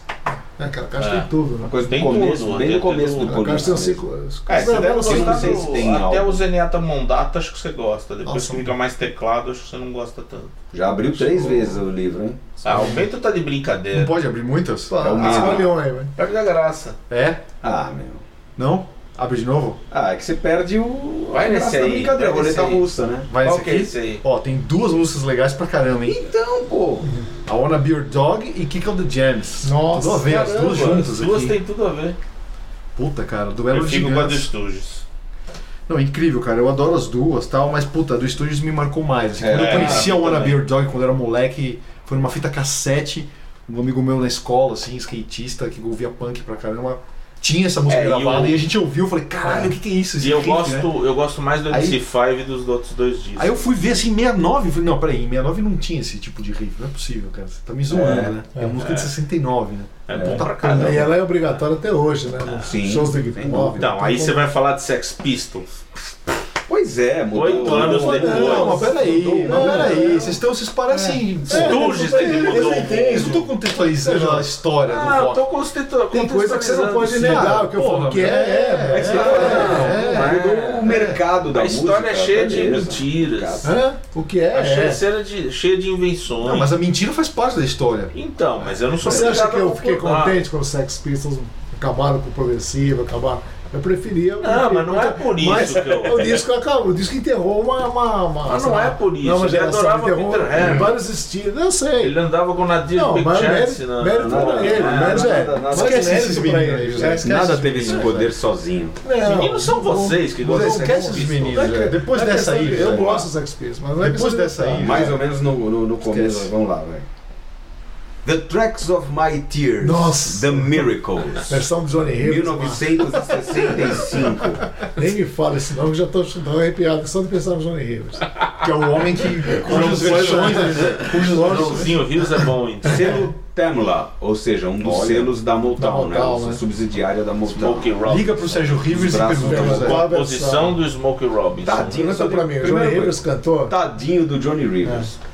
Speaker 2: É, aquela caixa
Speaker 3: É.
Speaker 2: tem tudo, né?
Speaker 1: Uma coisa do
Speaker 3: Tem
Speaker 1: começo,
Speaker 3: tudo,
Speaker 1: bem
Speaker 3: tem
Speaker 1: no começo
Speaker 3: tudo.
Speaker 1: do
Speaker 3: A
Speaker 2: A
Speaker 1: Police.
Speaker 2: caixa tem uns
Speaker 1: mesmo.
Speaker 2: cinco. os-
Speaker 3: É, você
Speaker 1: Mas
Speaker 3: deve
Speaker 1: eu não sei
Speaker 3: gostar
Speaker 1: se
Speaker 3: do,
Speaker 1: tem
Speaker 3: até
Speaker 1: álbum.
Speaker 3: o Zenyatta Mondata, acho que você gosta. Depois
Speaker 2: Nossa.
Speaker 3: que fica mais teclado, acho que você não gosta tanto.
Speaker 1: Já abriu três vezes o livro, hein?
Speaker 3: Ah, o Bento tá de
Speaker 4: Não
Speaker 3: brincadeira.
Speaker 4: pode abrir muitas?
Speaker 2: Pô,
Speaker 1: É o
Speaker 2: ah,
Speaker 1: mesmo.
Speaker 2: escolhe um aí, velho.
Speaker 3: Perde a graça.
Speaker 4: É?
Speaker 1: Ah, meu.
Speaker 4: Não? Abre de novo?
Speaker 1: Ah, é que você perde o.
Speaker 3: Vai
Speaker 1: a
Speaker 3: nesse
Speaker 1: graça da
Speaker 3: aí,
Speaker 1: brincadeira,
Speaker 3: vai nesse
Speaker 1: roleta
Speaker 3: aí.
Speaker 1: russa, né?
Speaker 4: Vai
Speaker 3: Qual
Speaker 4: esse
Speaker 3: que é
Speaker 4: aqui?
Speaker 3: esse aí?
Speaker 4: Ó, tem duas músicas legais pra caramba, hein?
Speaker 1: Então, pô.
Speaker 4: A Wanna Be Your Dog e Kick Out The Jams.
Speaker 2: Nossa,
Speaker 4: Tudo a ver, as duas
Speaker 3: Caramba,
Speaker 4: juntas
Speaker 3: As duas
Speaker 4: aqui.
Speaker 3: tem tudo a ver.
Speaker 4: Puta, cara,
Speaker 2: É
Speaker 4: duelo
Speaker 3: Eu
Speaker 4: de
Speaker 3: fico com a do
Speaker 4: gigantes.
Speaker 3: Estúdios.
Speaker 4: Não, incrível, cara. Eu adoro as duas tal, mas puta, a do Studios me marcou mais. Assim,
Speaker 1: É,
Speaker 4: quando eu
Speaker 1: é,
Speaker 4: conheci a
Speaker 3: também.
Speaker 4: Wanna Be Your Dog quando eu era moleque, foi numa fita cassete, um amigo meu na escola, assim, skatista, que ouvia punk pra caramba. Tinha essa música
Speaker 3: É, e
Speaker 4: gravada e,
Speaker 3: eu-
Speaker 4: a gente ouviu, eu falei, caralho, o que, que é isso? Esse
Speaker 3: E eu
Speaker 4: riff, né?"
Speaker 3: gosto, eu gosto mais do
Speaker 4: Aí-
Speaker 3: MC5 e dos outros dois discos.
Speaker 4: Aí eu fui ver assim, em 69, falei, não, peraí, em 69 não tinha esse tipo de riff, não é possível, cara, você tá me zoando,
Speaker 1: É,
Speaker 4: né? É,
Speaker 2: é,
Speaker 4: música de
Speaker 3: é.
Speaker 4: 69, né?
Speaker 3: É bom
Speaker 4: Puta
Speaker 3: pra caramba.
Speaker 2: E ela é obrigatória até hoje, né? Nos
Speaker 1: Sim,
Speaker 2: Shows do
Speaker 1: sem
Speaker 2: hip
Speaker 1: dúvida.
Speaker 2: hop.
Speaker 3: Então, aí você vai falar de Sex Pistols.
Speaker 1: Pois é, mudou.
Speaker 3: Oito anos
Speaker 1: mudou,
Speaker 3: depois.
Speaker 1: mudou.
Speaker 4: Não, mas peraí, mas
Speaker 2: Não,
Speaker 4: peraí,
Speaker 2: não.
Speaker 4: vocês estão, É. vocês parecem...
Speaker 3: Stooges,
Speaker 4: eu-
Speaker 3: ele
Speaker 4: eu-
Speaker 3: mudou
Speaker 4: eu entendo,
Speaker 3: muito.
Speaker 4: Eu tô contextualizando a
Speaker 3: Ah,
Speaker 4: história do rock.
Speaker 3: contextualizando.
Speaker 2: Tem coisa que você não pode negar, o que eu
Speaker 4: Porra,
Speaker 2: falo que é,
Speaker 4: mas-
Speaker 2: é,
Speaker 4: é,
Speaker 2: velho.
Speaker 1: Mas, ah,
Speaker 4: é,
Speaker 1: mudou o mercado da
Speaker 3: A
Speaker 1: música.
Speaker 3: história é cheia de
Speaker 1: beleza.
Speaker 3: mentiras.
Speaker 2: Hã? O que é?
Speaker 3: A
Speaker 2: é.
Speaker 3: cheia de, cheia de invenções.
Speaker 4: Não, mas a mentira faz parte da história.
Speaker 3: Então, mas eu não sou
Speaker 2: Você acha
Speaker 3: obrigado
Speaker 2: que
Speaker 3: a
Speaker 2: eu fiquei
Speaker 3: concordar.
Speaker 2: contente quando os Sex Pistols acabaram com o progressivo, acabaram. Eu preferia.
Speaker 3: Não, mas não é por isso
Speaker 2: Mas
Speaker 3: que eu.
Speaker 2: o disco acabou, o disco enterrou uma. uma, uma
Speaker 3: Mas
Speaker 2: sei
Speaker 3: não
Speaker 2: lá,
Speaker 3: é por isso,
Speaker 2: Não, uma
Speaker 3: ele
Speaker 2: geração
Speaker 3: adorava
Speaker 2: enterrou
Speaker 3: Peter Hammer.
Speaker 2: vários estilos, eu sei.
Speaker 3: Ele andava com Nadir
Speaker 2: não,
Speaker 3: Big né?
Speaker 2: mas
Speaker 3: Chance
Speaker 2: mérito,
Speaker 3: na.
Speaker 2: mérito
Speaker 3: na-
Speaker 2: pra
Speaker 1: nada,
Speaker 2: ele,
Speaker 1: nada,
Speaker 2: mérito
Speaker 1: nada,
Speaker 2: é.
Speaker 1: nada.
Speaker 2: Mas
Speaker 4: Esquece
Speaker 2: mérito
Speaker 4: esses
Speaker 2: pra
Speaker 4: meninos
Speaker 2: ele,
Speaker 4: aí,
Speaker 2: já
Speaker 4: José.
Speaker 2: Ah, esquece né?
Speaker 1: Nada
Speaker 2: esses
Speaker 1: teve esse
Speaker 2: meninos,
Speaker 1: poder sozinho.
Speaker 2: velho. Não,
Speaker 3: Meninos são
Speaker 2: não-
Speaker 3: vocês que
Speaker 2: não-
Speaker 4: Você
Speaker 3: gostam
Speaker 2: não-
Speaker 4: esquece os
Speaker 2: não-
Speaker 4: meninos,
Speaker 2: não-
Speaker 4: velho. Depois
Speaker 2: não é
Speaker 4: dessa aí,
Speaker 2: questão de- Eu
Speaker 4: velho.
Speaker 2: gosto dos Sex Pistols, mas não é
Speaker 4: Depois
Speaker 2: questão de-
Speaker 4: dessa aí,
Speaker 1: Mais ou menos no, no, no começo.
Speaker 4: Esquece.
Speaker 1: Vamos lá, velho. The Tracks of My Tears.
Speaker 2: Nossa.
Speaker 1: The Miracles.
Speaker 2: Versão do Johnny Hayes.
Speaker 1: 1965.
Speaker 2: Nem me fala esse nome, já estou chutando arrepiado só de pensar no Johnny Rivers. um
Speaker 4: Que é o homem que cujas
Speaker 2: foi-
Speaker 4: versões,
Speaker 3: né?
Speaker 4: cujas versões.
Speaker 3: Joãozinho Rios é bom, então.
Speaker 1: Selo Tamla, ou seja, um dos
Speaker 4: Olha.
Speaker 1: selos da Motown,
Speaker 2: Da
Speaker 1: né?
Speaker 2: Motown,
Speaker 1: Uma
Speaker 2: né?
Speaker 1: Subsidiária da Motown.
Speaker 3: Smokey Robinson.
Speaker 4: Liga pro Sérgio Rivers e
Speaker 1: braços
Speaker 4: pergunta
Speaker 1: dela.
Speaker 4: José.
Speaker 2: Qual a
Speaker 3: Posição
Speaker 2: versão?
Speaker 3: do Smokey Robinson.
Speaker 1: Tadinho,
Speaker 2: Pergunta assim, pra mim, o Johnny
Speaker 1: Primeira
Speaker 2: Rivers cantou?
Speaker 3: Tá.
Speaker 1: Tadinho do Johnny Rivers.
Speaker 4: É.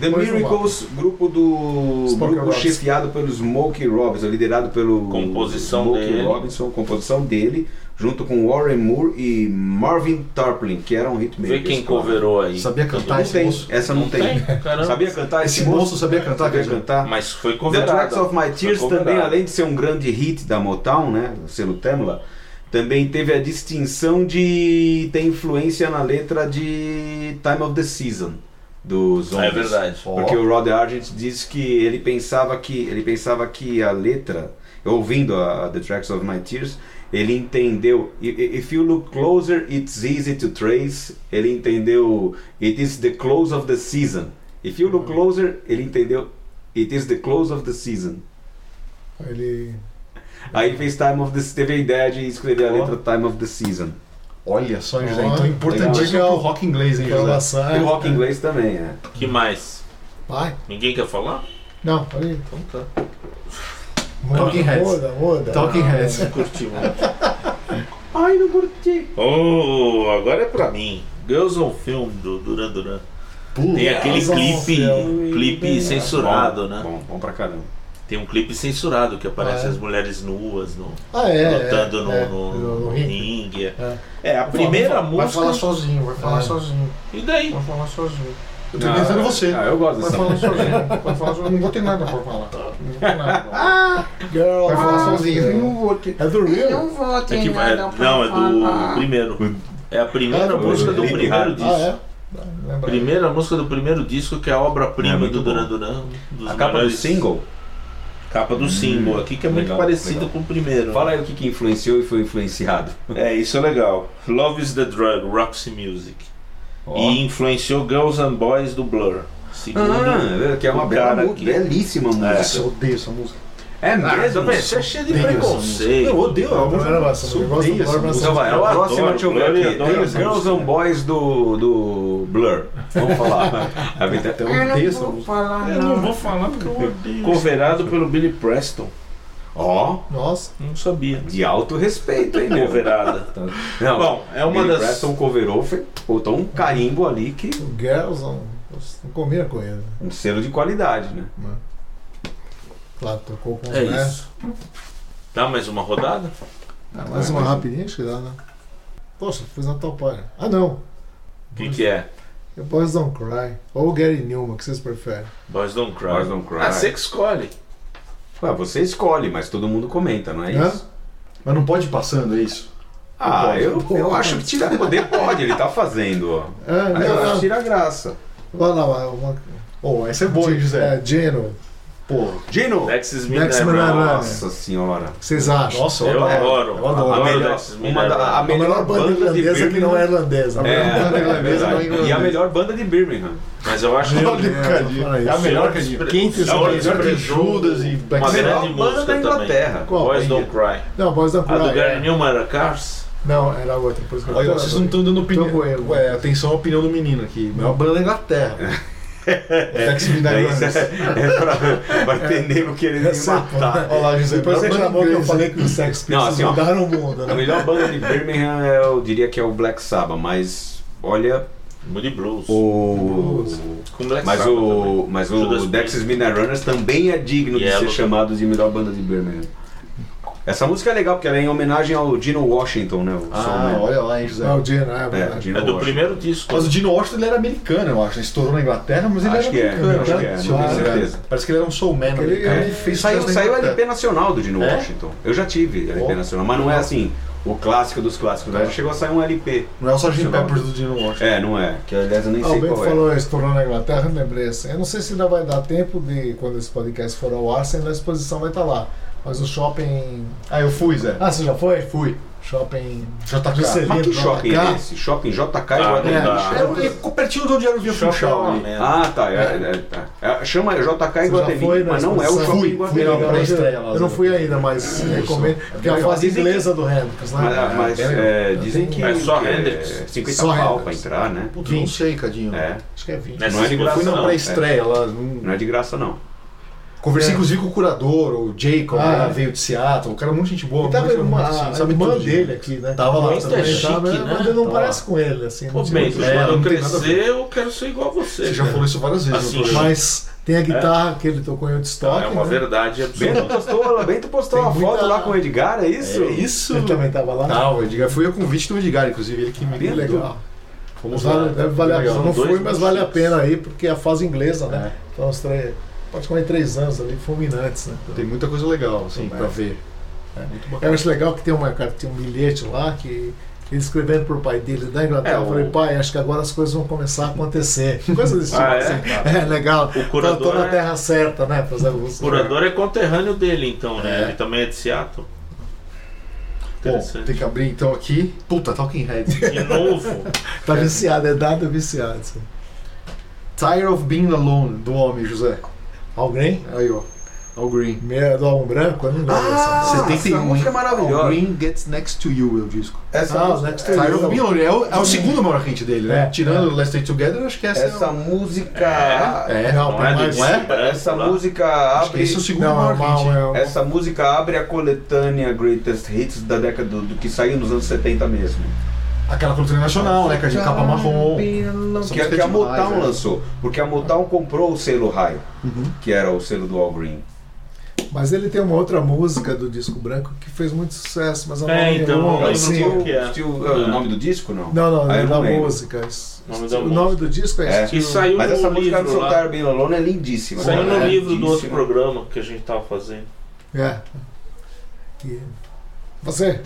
Speaker 1: The
Speaker 2: Pois não
Speaker 1: Miracles, grupo do
Speaker 2: Smokey
Speaker 1: grupo
Speaker 2: Robinson.
Speaker 1: chefiado pelo Smokey Robinson, liderado pelo
Speaker 3: Composição
Speaker 1: Smokey
Speaker 3: dele.
Speaker 1: Robinson, composição dele, junto com Warren Moore e Marvin Tarplin, que eram hitmakers.
Speaker 3: Vê quem coverou aí.
Speaker 4: Sabia cantar
Speaker 1: Não
Speaker 4: esse
Speaker 1: tem,
Speaker 4: moço?
Speaker 1: essa não, tem.
Speaker 3: Caramba.
Speaker 1: Sabia cantar
Speaker 4: é Esse moço sabia cantar,
Speaker 1: Sabia
Speaker 4: quer dizer.
Speaker 1: cantar?
Speaker 3: Mas foi
Speaker 1: The
Speaker 3: coverado.
Speaker 1: Tracks of My Tears
Speaker 3: Foi
Speaker 1: também,
Speaker 3: coverado.
Speaker 1: além de ser um grande hit da Motown, né, o selo Tamla, também teve a distinção de ter influência na letra de Time of the Season dos
Speaker 3: Ah,
Speaker 1: Zombies.
Speaker 3: É verdade.
Speaker 1: Porque o Rod Argent disse que ele pensava que ele pensava que a letra, ouvindo a, a The Tracks of My Tears, ele entendeu "I- I- If you look closer, it's easy to trace. Ele entendeu It is the close of the season. If you
Speaker 4: Uhum.
Speaker 1: look closer, ele entendeu It is the close of the season.
Speaker 2: Ele.
Speaker 1: Aí ele fez Time of the teve a ideia de escrever a
Speaker 4: Ó.
Speaker 1: letra Time of the Season.
Speaker 4: Olha só, hein, José.
Speaker 2: Olha,
Speaker 4: Então é importantíssimo
Speaker 2: legal.
Speaker 4: pro rock inglês, hein, José.
Speaker 2: Programação.
Speaker 1: E o rock inglês também, é.
Speaker 3: Que mais?
Speaker 2: Vai.
Speaker 3: Ninguém quer falar?
Speaker 2: Não, peraí.
Speaker 3: Então tá.
Speaker 4: Talking Heads.
Speaker 2: Muda, muda.
Speaker 4: Talking Heads.
Speaker 3: Não curti muito.
Speaker 1: Ai, não curti.
Speaker 3: Oh, agora é pra mim. Girls on Film do Duran Duran.
Speaker 4: Pô,
Speaker 3: Tem aquele
Speaker 2: Girls on
Speaker 3: clipe,
Speaker 2: Film.
Speaker 3: clipe censurado,
Speaker 1: bom,
Speaker 3: né?
Speaker 1: Bom, bom pra caramba.
Speaker 3: Tem um clipe censurado que aparece
Speaker 2: Ah, é?
Speaker 3: as mulheres nuas no,
Speaker 2: Ah, é.
Speaker 3: lutando
Speaker 2: é,
Speaker 3: no,
Speaker 2: é,
Speaker 3: no- no
Speaker 2: ringue.
Speaker 3: ringue. É,
Speaker 2: É.
Speaker 3: É, a primeira
Speaker 5: Vai falar
Speaker 3: música.
Speaker 5: sozinho, vai falar
Speaker 2: É.
Speaker 5: sozinho,
Speaker 3: E daí?
Speaker 5: vai falar sozinho.
Speaker 4: Eu tô pensando em você.
Speaker 1: Ah, eu gosto
Speaker 5: Vai
Speaker 1: dessa
Speaker 5: falar sozinho, vai falar sozinho. Não vou ter nada pra falar. Não vou ter nada pra falar.
Speaker 2: Girl,
Speaker 5: Vai falar
Speaker 4: Ah,
Speaker 5: sozinho.
Speaker 2: é.
Speaker 4: um
Speaker 5: Não vou ter.
Speaker 2: É do Real?
Speaker 5: Não vou ter
Speaker 3: É que, é,
Speaker 5: nada pra
Speaker 3: não, é do
Speaker 5: falar.
Speaker 3: primeiro. É a primeira
Speaker 2: Ah,
Speaker 3: música do
Speaker 1: clipe,
Speaker 3: primeiro
Speaker 1: cara.
Speaker 3: disco.
Speaker 2: Ah, é?
Speaker 5: Lembra?
Speaker 3: Primeira música do primeiro disco que é a
Speaker 1: É,
Speaker 3: obra-prima
Speaker 1: muito
Speaker 3: do
Speaker 1: bom.
Speaker 3: Duran Duran. um dos
Speaker 1: A capa do
Speaker 3: melhores-
Speaker 1: single? Hum,
Speaker 3: Capa do single aqui, que é muito
Speaker 1: legal,
Speaker 3: parecido
Speaker 1: legal.
Speaker 3: com o primeiro. né?
Speaker 1: Fala aí o que, que influenciou e foi influenciado.
Speaker 3: É, isso é legal. Love is the Drug, Roxy Music. E influenciou Girls and Boys do Blur. Segundo.
Speaker 1: Ah, que é uma
Speaker 3: o
Speaker 1: bela,
Speaker 3: cara
Speaker 1: mu-
Speaker 3: que-
Speaker 1: belíssima
Speaker 4: Nossa, eu
Speaker 1: música.
Speaker 4: odeio essa música.
Speaker 1: É, mesmo?
Speaker 3: Ah, você é cheio de
Speaker 4: Deus.
Speaker 3: preconceito.
Speaker 4: Eu odeio ela.
Speaker 2: Eu também não gosto dessa música, eu gosto
Speaker 4: Odeio
Speaker 2: do
Speaker 4: essa
Speaker 2: Barbra
Speaker 4: música.
Speaker 1: Então vai, a
Speaker 3: Eu
Speaker 1: próxima
Speaker 3: adoro
Speaker 1: deixa eu ver
Speaker 3: Blur e
Speaker 1: aqui.
Speaker 3: adoro
Speaker 1: Tem os
Speaker 3: essa
Speaker 1: Girls
Speaker 3: música.
Speaker 1: and Boys do, do Blur. Vamos falar. A vida- é
Speaker 4: Então eu odeio
Speaker 5: Eu
Speaker 4: essa
Speaker 5: não vou
Speaker 4: música.
Speaker 5: falar
Speaker 3: Eu não
Speaker 5: não.
Speaker 3: vou falar porque eu odeio. Coverado pelo Billy Preston.
Speaker 1: Ó,
Speaker 2: Nossa.
Speaker 3: Não sabia.
Speaker 1: de alto respeito, hein, meu?
Speaker 3: Coverada.
Speaker 1: Não,
Speaker 3: Bom, é uma
Speaker 1: Billy
Speaker 3: das.
Speaker 1: Preston coverou, foi- botou um carimbo ali que...
Speaker 2: O Girls on. não combina com ele. né?
Speaker 1: Um selo de qualidade, né?
Speaker 2: Mas- Claro, tocou com
Speaker 3: É
Speaker 2: né?
Speaker 3: isso. Dá mais uma rodada?
Speaker 2: Ah, mais uma rapidinha, acho que dá, né? Poxa, fiz uma topagem. Ah, não.
Speaker 3: O que, que é?
Speaker 2: É Boys Don't Cry. Ou Gary Newman, o que vocês preferem?
Speaker 3: Boys Don't Cry.
Speaker 1: Boys Don't Cry.
Speaker 3: Ah, você que escolhe.
Speaker 1: Ah, você escolhe, mas todo mundo comenta, não é
Speaker 2: Hã?
Speaker 1: isso?
Speaker 4: Mas não pode ir passando, é isso?
Speaker 1: Ah, eu,
Speaker 2: Pode.
Speaker 1: eu acho que tirar poder pode, ele tá fazendo, ó.
Speaker 4: Ah,
Speaker 2: É,
Speaker 1: Mas eu acho que
Speaker 2: não,
Speaker 1: tira a graça.
Speaker 2: não. Vai lá, uma...
Speaker 4: Oh, essa é boa, hein, José?
Speaker 2: É, Geno,
Speaker 4: Pô,
Speaker 1: Dino!
Speaker 3: Dexys
Speaker 2: Dexys
Speaker 3: Midnight
Speaker 2: Midnight
Speaker 3: Run.
Speaker 2: Run.
Speaker 1: Nossa senhora.
Speaker 2: o que vocês acham?
Speaker 4: nossa,
Speaker 3: Eu
Speaker 4: olha,
Speaker 3: adoro.
Speaker 4: né? Eu adoro.
Speaker 1: a
Speaker 3: adoro
Speaker 1: melhor,
Speaker 3: Dexys
Speaker 1: uma da, a
Speaker 2: a melhor banda irlandesa que não é irlandesa. A
Speaker 1: É,
Speaker 2: melhor banda
Speaker 1: é
Speaker 2: irlandesa não <laughs> é
Speaker 1: verdade.
Speaker 2: irlandesa.
Speaker 1: e a melhor banda de Birmingham.
Speaker 3: Mas eu acho
Speaker 4: <laughs> Olha
Speaker 3: que
Speaker 4: o Cadinho.
Speaker 2: fala isso.
Speaker 4: É a melhor que a
Speaker 3: Senhor
Speaker 4: gente.
Speaker 3: Despre-
Speaker 4: É a
Speaker 3: Senhor
Speaker 4: melhor que
Speaker 3: Desprezou.
Speaker 4: Judas e Black
Speaker 1: Mas
Speaker 3: uma
Speaker 1: melhor
Speaker 4: Sabbath.
Speaker 3: grande
Speaker 1: banda
Speaker 3: música
Speaker 1: da Inglaterra.
Speaker 3: também.
Speaker 2: Qual?
Speaker 3: Boys
Speaker 2: Aí.
Speaker 3: Don't Cry.
Speaker 2: Não, Boys Don't
Speaker 3: A do
Speaker 2: Cry.
Speaker 3: Gary
Speaker 2: é.
Speaker 3: Newman era Cars?
Speaker 2: Não, era outra. Por isso que eu
Speaker 4: Olha,
Speaker 2: tô-
Speaker 4: vocês não estão dando
Speaker 2: Tô com ele.
Speaker 4: opinião. Hum. Ué, atenção à opinião do menino aqui. Melhor banda da Inglaterra. <laughs> Sex
Speaker 1: Daí
Speaker 4: Midnight
Speaker 1: isso é,
Speaker 4: Runners.
Speaker 1: é pra, vai ter nego querendo me
Speaker 2: É. Essa-
Speaker 1: matar.
Speaker 4: Olha lá, José. tá
Speaker 2: Depois você
Speaker 4: melhor banda
Speaker 2: reclamou que eu
Speaker 4: inglesa.
Speaker 2: falei que os Sex
Speaker 1: Não,
Speaker 2: Pistols
Speaker 1: assim, ó.
Speaker 2: mudaram o mundo,
Speaker 1: A
Speaker 2: né?
Speaker 1: melhor banda de Birmingham é, eu diria que é o Black Sabbath, mas olha
Speaker 3: Moody Blues.
Speaker 1: o.
Speaker 3: Com Black
Speaker 1: Mas o,
Speaker 3: Sabbath também.
Speaker 1: mas
Speaker 3: Judas
Speaker 1: o Dexys
Speaker 3: Priest.
Speaker 1: Midnight Runners também é digno de
Speaker 3: Yellow.
Speaker 1: ser chamado de melhor banda de Birmingham. Essa música é legal porque ela é em homenagem ao Dino Washington, né? O
Speaker 4: Ah,
Speaker 1: showman.
Speaker 4: olha lá, hein, José.
Speaker 2: Não, o Geno, é
Speaker 1: É,
Speaker 2: verdade.
Speaker 1: Dino
Speaker 3: É do
Speaker 1: Washington.
Speaker 3: primeiro disco.
Speaker 4: Mas o Dino Washington ele era americano, eu acho. Ele estourou na Inglaterra, mas ele
Speaker 1: Acho
Speaker 4: era
Speaker 1: que é,
Speaker 4: americano.
Speaker 1: acho
Speaker 4: né?
Speaker 1: que é, não
Speaker 4: Se eu não
Speaker 1: tenho
Speaker 4: me engano.
Speaker 1: certeza.
Speaker 4: Parece que ele era um showman
Speaker 2: Ele-
Speaker 1: É
Speaker 4: americano.
Speaker 2: ele fez
Speaker 1: Saiu,
Speaker 2: sucesso na
Speaker 1: saiu a
Speaker 2: Inglaterra.
Speaker 1: LP nacional do Dino
Speaker 4: É?
Speaker 1: Washington. Eu já tive LP
Speaker 4: Ó.
Speaker 1: nacional, mas não é assim o clássico dos clássicos. né?
Speaker 4: É.
Speaker 1: Chegou a sair um LP.
Speaker 4: Não é o Sgt.
Speaker 1: Nacional.
Speaker 4: Peppers do Dino Washington.
Speaker 1: É, não é. Que aliás eu
Speaker 4: Ah,
Speaker 1: nem sei
Speaker 2: Alguém
Speaker 1: qual é.
Speaker 2: falou estourou na Inglaterra, eu lembrei assim. Eu não sei se ainda vai dar tempo de, quando esse podcast for ao ar, se ainda a exposição vai estar lá. Mas o shopping.
Speaker 4: Ah, eu fui, Zé.
Speaker 2: Ah, você já foi?
Speaker 4: Fui.
Speaker 2: Shopping.
Speaker 4: JK.
Speaker 1: É. Mas que shopping é
Speaker 2: JK?
Speaker 1: esse? Shopping JK e
Speaker 3: Ah,
Speaker 1: Guarujá.
Speaker 3: não dá.
Speaker 4: É, o- é pertinho de onde era o Via
Speaker 3: Shopping
Speaker 4: Funchal né? ali.
Speaker 3: Alameda.
Speaker 1: Ah, tá. é, é, tá. É, chama JK
Speaker 2: Você
Speaker 1: e
Speaker 2: já foi
Speaker 1: Guatemi,
Speaker 2: na
Speaker 1: mas não é o
Speaker 2: exposição?
Speaker 1: shopping
Speaker 4: Fui, fui na
Speaker 1: Guatemi.
Speaker 4: pré-estreia lá.
Speaker 2: Eu não fui ainda, mas recomendo. Porque é a
Speaker 4: legal.
Speaker 2: fase
Speaker 1: Dizem que-
Speaker 2: inglesa do Hendrix, né?
Speaker 1: Mas, mas,
Speaker 4: É,
Speaker 1: é, dizem que
Speaker 3: É só
Speaker 1: que
Speaker 3: Hendrix.
Speaker 1: 50
Speaker 2: Só
Speaker 1: pau
Speaker 2: Hendrix.
Speaker 1: pra entrar, né?
Speaker 4: Putz, não sei, Cadinho.
Speaker 1: É.
Speaker 2: Acho que é 20.
Speaker 3: Nessa
Speaker 1: Não é de graça,
Speaker 4: Fui na
Speaker 3: não.
Speaker 4: pré-estreia lá. não-
Speaker 1: Não é de graça, não.
Speaker 4: Conversei
Speaker 2: É.
Speaker 4: inclusive com o curador, o Jacob,
Speaker 2: Ah,
Speaker 4: lá,
Speaker 2: é.
Speaker 4: veio de Seattle. O cara é muito gente boa.
Speaker 2: E tava
Speaker 4: muito
Speaker 2: uma,
Speaker 4: gente,
Speaker 2: a
Speaker 4: sabe
Speaker 2: irmã
Speaker 4: tudo,
Speaker 2: dele
Speaker 4: né?
Speaker 2: aqui, né?
Speaker 4: Tava lá
Speaker 3: Mas
Speaker 4: também.
Speaker 3: é chique,
Speaker 2: Tava,
Speaker 3: né?
Speaker 2: Mas ele não
Speaker 4: Tá
Speaker 2: parece
Speaker 4: lá.
Speaker 2: com ele, assim. não
Speaker 3: Ô,
Speaker 2: tinha
Speaker 3: Bento,
Speaker 2: muito-
Speaker 4: é,
Speaker 3: quando eu
Speaker 4: não tem nada a ver.
Speaker 3: crescer, eu quero ser igual a você.
Speaker 4: Você já falou isso várias vezes
Speaker 3: Assim,
Speaker 4: no programa.
Speaker 2: Mas tem a guitarra que ele tocou em outro estoque.
Speaker 3: É uma
Speaker 2: né?
Speaker 3: verdade
Speaker 1: Bento
Speaker 3: absoluta.
Speaker 1: postou, Bento postou
Speaker 2: Tem
Speaker 1: uma
Speaker 2: muita-
Speaker 1: foto lá com o Edgar, é isso?
Speaker 4: É isso.
Speaker 2: Ele também tava lá. né?
Speaker 4: Não, o Edgar foi a convite do Edgar, inclusive, ele que me
Speaker 1: Bem
Speaker 2: Que legal.
Speaker 4: Fomos lá. é
Speaker 2: Vale, deve valer a pena.
Speaker 4: Legal.
Speaker 2: Eu não
Speaker 3: Dois
Speaker 2: fui, mas vale a
Speaker 3: motivos.
Speaker 2: pena aí, porque é a fase inglesa, né? Então, uns três, praticamente três anos ali, fulminantes, né?
Speaker 4: Tem muita coisa legal, assim,
Speaker 2: Também.
Speaker 3: é.
Speaker 4: pra ver.
Speaker 2: Eu acho legal que tem uma cara, tem um bilhete lá que ele escrevendo pro pai dele da Inglaterra,
Speaker 1: É,
Speaker 2: eu falei,
Speaker 1: o-
Speaker 2: pai, acho que agora as coisas vão começar a acontecer. Coisa desse tipo,
Speaker 3: Ah, é?
Speaker 2: assim. É, legal.
Speaker 3: O curador
Speaker 2: Tô, tô na
Speaker 3: é-
Speaker 2: terra certa, né? Fazer
Speaker 3: O curador é conterrâneo dele, então, né?
Speaker 4: É.
Speaker 3: Ele também é de Seattle.
Speaker 4: Bom,
Speaker 3: Interessante.
Speaker 4: tem que abrir então aqui. Puta, Talking
Speaker 2: <laughs>
Speaker 4: Heads. <laughs>
Speaker 3: De novo.
Speaker 2: Tá viciado, é dado viciado. assim.
Speaker 4: Tire of Being Alone, do homem, José.
Speaker 2: Alguém?
Speaker 4: Aí, ó. All Green.
Speaker 2: Meia do álbum branco? Eu não lembro.
Speaker 1: Ah,
Speaker 2: dessa música.
Speaker 4: 71,
Speaker 1: essa música é
Speaker 4: hein?
Speaker 1: maravilhosa.
Speaker 4: All Green Gets Next to You, é o disco.
Speaker 1: Essa,
Speaker 2: Ah, os
Speaker 1: música,
Speaker 2: Next to
Speaker 4: Tire of
Speaker 2: You.
Speaker 4: Being Alone é o, é o segundo maior hit dele, né?
Speaker 2: É.
Speaker 4: Tirando Let's Stay Together, acho que essa,
Speaker 1: essa
Speaker 4: é.
Speaker 1: música.
Speaker 4: o- É,
Speaker 2: Não,
Speaker 3: Não é
Speaker 2: tem
Speaker 3: do
Speaker 2: mais.
Speaker 3: disco,
Speaker 4: é?
Speaker 3: parece
Speaker 1: Essa
Speaker 3: lá.
Speaker 1: música
Speaker 4: Acho que
Speaker 1: abre.
Speaker 4: esse é o segundo
Speaker 2: Não, é
Speaker 4: maior hit.
Speaker 2: mal, é um-
Speaker 1: Essa música abre a coletânea Greatest Hits da década do, do que saiu nos anos 70 mesmo.
Speaker 4: Aquela cultura nacional, né? Que a gente capa marrom. Essa
Speaker 1: Que,
Speaker 4: música
Speaker 1: que
Speaker 4: é
Speaker 1: a
Speaker 4: demais,
Speaker 1: Motown
Speaker 4: né? Uhum.
Speaker 1: lançou. Porque a Motown comprou o selo High, que era o selo do All Green.
Speaker 2: Mas ele tem uma outra música do disco branco que fez muito sucesso, mas eu não
Speaker 3: É,
Speaker 2: lembro
Speaker 3: então,
Speaker 2: o
Speaker 3: não
Speaker 2: nome,
Speaker 3: lembro
Speaker 2: assim.
Speaker 3: qual que é.
Speaker 1: Steel- é,
Speaker 3: É.
Speaker 1: O nome do disco não?
Speaker 2: Não, não, é
Speaker 1: Ah, eu
Speaker 2: da
Speaker 1: lembro.
Speaker 2: música.
Speaker 3: da
Speaker 2: o
Speaker 3: música.
Speaker 2: nome do disco é,
Speaker 1: É.
Speaker 2: Steel-
Speaker 3: E saiu
Speaker 1: Mas essa
Speaker 3: no
Speaker 1: música do
Speaker 3: livro
Speaker 1: Soltar
Speaker 3: lá.
Speaker 1: Bem Alone é lindíssima.
Speaker 3: Saiu
Speaker 1: cara,
Speaker 3: no
Speaker 1: é
Speaker 3: livro do outro
Speaker 1: lindíssima.
Speaker 3: programa que a gente tava fazendo.
Speaker 2: É. E- Você?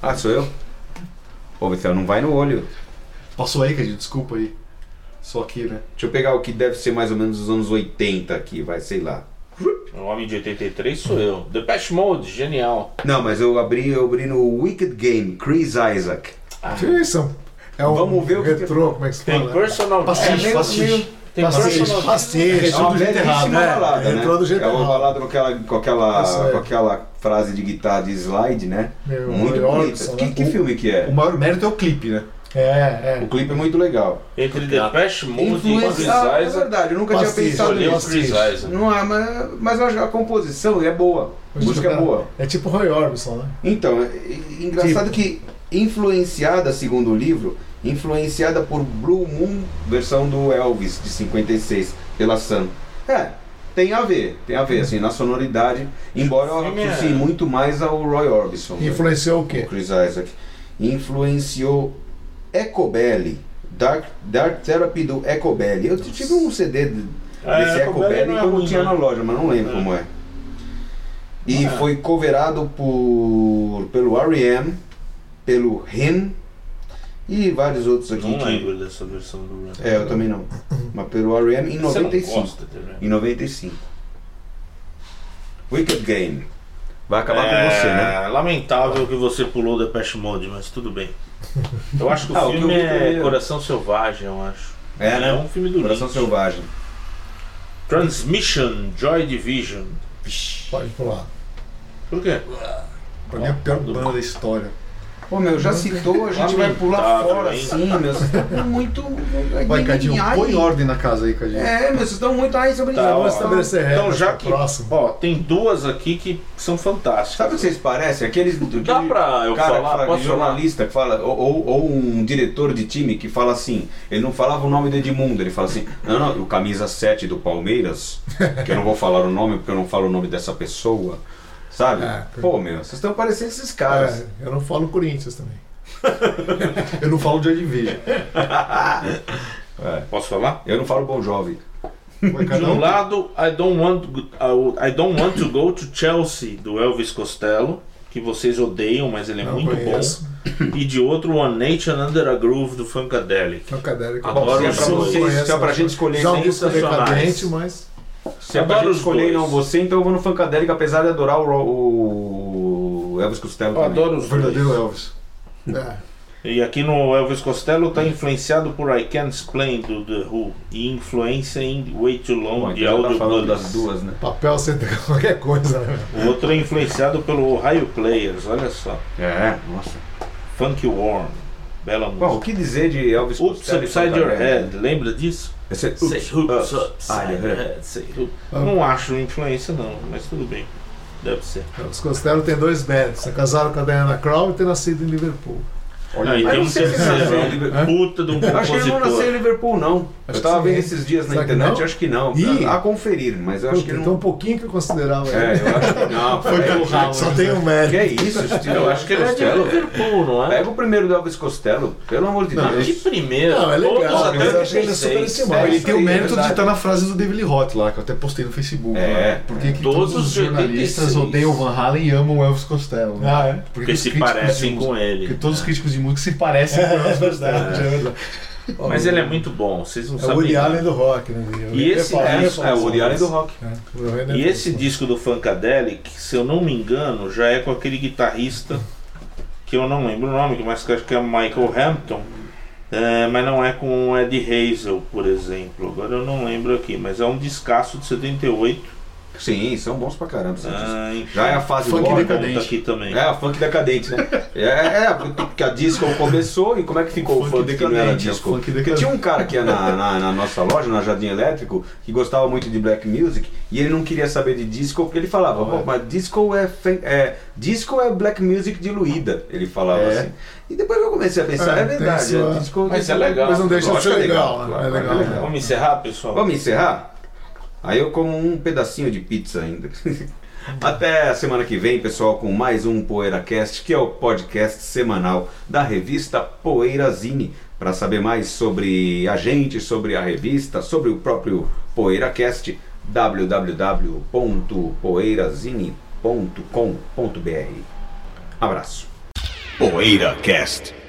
Speaker 1: Ah, sou eu? Ô, Vitor, não vai no olho.
Speaker 4: Passou aí, Cadinho, desculpa aí. Só aqui, né?
Speaker 1: Deixa eu pegar o que deve ser mais ou menos os anos 80 aqui, vai, sei lá.
Speaker 3: O homem de 83 sou eu. The Patch Mode, genial.
Speaker 1: Não, mas eu abri, eu abri no Wicked Game, Chris Isaac.
Speaker 2: Jason. É um
Speaker 1: Vamos ver o que
Speaker 2: retrô, como é que se
Speaker 3: Tem
Speaker 2: fala?
Speaker 3: personal
Speaker 1: É
Speaker 4: Pastiche,
Speaker 1: meio-
Speaker 4: pastiche.
Speaker 3: Tem
Speaker 2: Pastiche,
Speaker 3: personal
Speaker 2: pastiche,
Speaker 1: É uma
Speaker 4: do jeito
Speaker 1: belíssima
Speaker 4: errado, né?
Speaker 1: balada, né?
Speaker 2: Entrou do jeito
Speaker 1: é uma
Speaker 2: errado.
Speaker 1: balada com aquela, com,
Speaker 2: Isso
Speaker 1: aquela,
Speaker 2: é.
Speaker 1: com aquela frase de guitarra de slide, né?
Speaker 2: Meu,
Speaker 1: Muito
Speaker 2: Roy
Speaker 1: bonita.
Speaker 2: Orbison,
Speaker 1: Que,
Speaker 2: né?
Speaker 1: que filme que é?
Speaker 4: O maior mérito é o clipe, né?
Speaker 2: É,
Speaker 1: O
Speaker 2: é.
Speaker 1: clipe é muito legal.
Speaker 3: Entre The Patch Mode e Chris
Speaker 1: Ah, é
Speaker 3: Isaac.
Speaker 1: verdade, eu nunca tinha
Speaker 2: Pastiche,
Speaker 1: pensado
Speaker 3: Escolhi o
Speaker 1: nisso.
Speaker 3: Chris Isaac.
Speaker 1: Não é, mas, mas eu acho que a composição é boa. A música é boa.
Speaker 2: É tipo Roy Orbison, né?
Speaker 1: Então, é- é engraçado que influenciada, segundo o livro, influenciada por Blue Moon, versão do Elvis de 56, pela Sun. É, tem a ver, tem a ver, assim, na sonoridade, embora eu
Speaker 3: Sim, é.
Speaker 1: associe muito mais ao Roy Orbison. né?
Speaker 2: Influenciou o
Speaker 1: O
Speaker 2: quê?
Speaker 1: Chris Isaac. Influenciou Ecobelly, Dark, Dark Therapy do Ecobelly. Eu tive um CD de-
Speaker 3: É,
Speaker 1: desse Ecobelly
Speaker 3: Ecobelly não é
Speaker 1: quando
Speaker 3: ruim,
Speaker 1: tinha
Speaker 3: não.
Speaker 1: na loja, mas não lembro
Speaker 3: É.
Speaker 1: como é. E
Speaker 3: É.
Speaker 1: foi coverado por, pelo R.E.M., pelo Him e vários outros aqui.
Speaker 3: Não
Speaker 1: que-
Speaker 3: lembro dessa versão do Run.
Speaker 1: É, eu também não. Mas pelo R.E.M. em
Speaker 3: Você não
Speaker 1: 95.
Speaker 3: gosta né? de Run.
Speaker 1: Em 95. Wicked Game. Vai acabar
Speaker 3: É,
Speaker 1: com você, né?
Speaker 3: Lamentável que você pulou The Pest Mode, mas tudo bem. Eu acho que o
Speaker 1: Ah, o que
Speaker 3: filme
Speaker 1: eu vi
Speaker 3: é
Speaker 1: primeiro.
Speaker 3: Coração Selvagem, eu acho.
Speaker 1: É, né?
Speaker 3: um filme do
Speaker 1: Coração
Speaker 3: Lynch.
Speaker 1: Selvagem.
Speaker 3: Transmission, Joy Division.
Speaker 2: Pode pular.
Speaker 3: Por quê?
Speaker 4: Pra mim é a pior banda da história.
Speaker 1: Pô, meu, já citou, a gente vai pular
Speaker 3: Lamentável,
Speaker 1: fora
Speaker 3: hein?
Speaker 1: assim, meu. Vocês estão muito.
Speaker 4: Vai, Cadinho, põe ordem na casa aí, Cadinho.
Speaker 1: É, meu, vocês estão muito aí sobre
Speaker 3: Tá,
Speaker 2: Vamos
Speaker 3: ó.
Speaker 2: estabelecer regras.
Speaker 3: Então, já
Speaker 2: pro
Speaker 1: é
Speaker 3: que.
Speaker 2: Próximo.
Speaker 3: Ó, tem duas aqui que são fantásticas.
Speaker 1: Sabe assim? o que vocês parecem? Aqueles. do-
Speaker 3: Dá
Speaker 1: aquele
Speaker 3: pra eu
Speaker 1: cara que
Speaker 3: falar?
Speaker 1: fala-
Speaker 3: Posso falar?
Speaker 1: jornalista que fala, ou, ou- ou um diretor de time que fala assim, ele não falava o nome do Edmundo, ele fala assim, não, não, o camisa 7 do Palmeiras, que eu não vou falar o nome porque eu não falo o nome dessa pessoa, sabe?
Speaker 2: É,
Speaker 1: Pô, meu, vocês estão parecendo esses caras.
Speaker 2: É, eu não falo Corinthians também.
Speaker 4: Eu não falo de Advision.
Speaker 3: Posso falar?
Speaker 1: Eu não falo bom jovem.
Speaker 4: Vai,
Speaker 3: De
Speaker 4: cada
Speaker 3: <laughs> um
Speaker 4: um.
Speaker 3: lado, I don't, want, uh, I don't want to go to Chelsea, do Elvis Costello, que vocês odeiam, mas ele é
Speaker 2: Não
Speaker 3: muito
Speaker 2: conheço.
Speaker 3: bom. E de outro, One Nation Under a Groove, do Funkadelic.
Speaker 2: Não, cadê?
Speaker 3: Adoro
Speaker 1: se é
Speaker 3: os
Speaker 1: pra
Speaker 3: dois.
Speaker 1: vocês, se é pra gente escolher
Speaker 2: Já
Speaker 1: sem
Speaker 2: ouvi isso
Speaker 3: sensacionais.
Speaker 2: decadente, mas.
Speaker 1: Se é pra
Speaker 3: Adoro
Speaker 1: gente
Speaker 3: os
Speaker 1: escolher
Speaker 3: dois.
Speaker 1: não você, então eu vou no Funkadelic, apesar de adorar o, Ro- o Elvis Costello
Speaker 3: Eu
Speaker 1: também.
Speaker 3: adoro
Speaker 4: O
Speaker 3: os
Speaker 4: verdadeiro
Speaker 3: dois.
Speaker 4: Elvis.
Speaker 2: É.
Speaker 3: E aqui no Elvis Costello tá influenciado por I Can't Explain do The Who e influência em Way Too
Speaker 1: Bom,
Speaker 3: Long de
Speaker 1: então já tá
Speaker 3: Aldo
Speaker 1: falando
Speaker 3: Bullock.
Speaker 1: das duas, né?
Speaker 2: Papel sem ter <laughs> qualquer coisa, né?
Speaker 3: O outro é influenciado pelo Ohio Players, olha só.
Speaker 1: É, nossa.
Speaker 3: Funky Warm, bela
Speaker 1: Bom, o
Speaker 3: música.
Speaker 1: que dizer de Elvis
Speaker 3: Oops
Speaker 1: Costello? e
Speaker 3: Upside Your
Speaker 1: Funkadelic?
Speaker 3: Head, lembra disso?
Speaker 1: Esse é Oops,
Speaker 3: Say Oops
Speaker 1: Upside
Speaker 3: Upside
Speaker 1: Your
Speaker 3: Your
Speaker 1: Head.
Speaker 3: Head, say Oops.
Speaker 2: Ah.
Speaker 3: Não acho influência não, mas tudo bem. Deve ser.
Speaker 2: Os Costello tem dois méritos. Né? Casaram com a Diana Crow e ter nascido em Liverpool.
Speaker 1: Olha
Speaker 3: Ah,
Speaker 1: aí.
Speaker 3: e tem
Speaker 1: Eu
Speaker 3: um
Speaker 1: não sei se nasceu em
Speaker 3: terceiro,
Speaker 1: Liverpool.
Speaker 3: puta de um
Speaker 1: Eu acho que ele não nasceu em
Speaker 3: compositor.
Speaker 1: Liverpool, não.
Speaker 2: Acho
Speaker 1: eu
Speaker 2: que
Speaker 1: tava
Speaker 2: sim,
Speaker 1: vendo
Speaker 2: hein?
Speaker 1: esses dias na
Speaker 2: Será que
Speaker 1: internet,
Speaker 2: não?
Speaker 1: acho que não.
Speaker 2: Ih!
Speaker 1: A conferir, mas eu acho
Speaker 2: Puta,
Speaker 1: que
Speaker 2: então um
Speaker 1: não.
Speaker 2: pouquinho que eu considerava.
Speaker 1: É,
Speaker 2: ele.
Speaker 1: eu acho que
Speaker 2: <laughs>
Speaker 1: não. Pega o
Speaker 2: Só tem um mérito.
Speaker 1: Que é isso, Steve?
Speaker 3: Eu acho que ele é de
Speaker 1: Costello?
Speaker 3: Liverpool, não é?
Speaker 1: Pega o primeiro do Elvis Costello, pelo amor de
Speaker 4: Não,
Speaker 1: Deus.
Speaker 3: Que primeiro.
Speaker 2: Não, é legal,
Speaker 3: Todos até
Speaker 2: mas eu acho que ele é
Speaker 3: 86.
Speaker 2: superestimado.
Speaker 4: Ele tem o
Speaker 1: Sim, é
Speaker 4: mérito de
Speaker 1: verdade.
Speaker 4: estar na frase do David Lee Roth lá, que eu até postei no Facebook.
Speaker 1: É.
Speaker 4: né? Por que que
Speaker 3: Todos
Speaker 4: todos, os
Speaker 3: os
Speaker 4: jornalistas
Speaker 3: 86.
Speaker 4: odeiam o Van Halen e amam o Elvis Costello? Né?
Speaker 2: Ah, é.
Speaker 4: Porque,
Speaker 3: Porque
Speaker 4: os
Speaker 3: se
Speaker 4: críticos de
Speaker 3: parecem
Speaker 4: música-
Speaker 3: com ele.
Speaker 4: Porque todos os críticos de música se parecem com o Elvis Costello. né.
Speaker 2: É verdade.
Speaker 3: Mas ele é muito bom, vocês não
Speaker 2: É o
Speaker 3: sabem.
Speaker 2: Woody
Speaker 3: nada.
Speaker 2: Allen do rock, né? Eu
Speaker 3: E
Speaker 2: ia
Speaker 3: esse-
Speaker 2: falar,
Speaker 3: é,
Speaker 2: ia
Speaker 3: é,
Speaker 2: falar
Speaker 1: É, o Woody
Speaker 2: sobre
Speaker 1: Allen do
Speaker 2: isso.
Speaker 1: rock.
Speaker 2: É, eu ia
Speaker 3: E
Speaker 2: falar
Speaker 3: esse
Speaker 2: sobre
Speaker 3: disco do Funkadelic, se eu não me engano, já é com aquele guitarrista que eu não lembro o nome, mas que eu acho que é Michael Hampton. É, mas não é com o Eddie Hazel, por exemplo. Agora eu não lembro aqui, mas é um descasso de 78.
Speaker 1: Sim, são bons pra caramba. esses discos.
Speaker 3: Ah, enfim,
Speaker 1: Já é a fase
Speaker 4: Funk
Speaker 1: rock.
Speaker 4: decadente.
Speaker 3: conta aqui também.
Speaker 1: É, a funk decadente, né? É, é, porque a disco começou e como é que ficou o funk, que não era
Speaker 4: é o
Speaker 1: disco?
Speaker 4: funk
Speaker 1: Porque
Speaker 4: decadente.
Speaker 1: tinha um cara que ia na, na- na nossa loja, na Jardim Elétrico, que gostava muito de black music e ele não queria saber de disco porque ele falava, "Pô, mas disco é, fe- é- disco é black music diluída, ele falava
Speaker 4: É.
Speaker 1: assim. E depois eu comecei a pensar,
Speaker 2: É,
Speaker 1: é,
Speaker 2: tem
Speaker 1: verdade,
Speaker 2: sua-
Speaker 1: é disco.
Speaker 3: Mas é
Speaker 1: disco-
Speaker 3: legal.
Speaker 2: Mas não deixa de
Speaker 1: Lógico
Speaker 2: ser
Speaker 1: que
Speaker 2: legal, né?
Speaker 1: claro,
Speaker 2: É
Speaker 1: claro que
Speaker 2: legal.
Speaker 3: Vamos encerrar, pessoal?
Speaker 1: Vamos encerrar? Aí eu como um pedacinho de pizza ainda. <laughs> Até a semana que vem, pessoal, com mais um PoeiraCast, que é o podcast semanal da revista Poeirazine. Para saber mais sobre a gente, sobre a revista, sobre o próprio PoeiraCast, www.poeirazine.com.br. Abraço. PoeiraCast.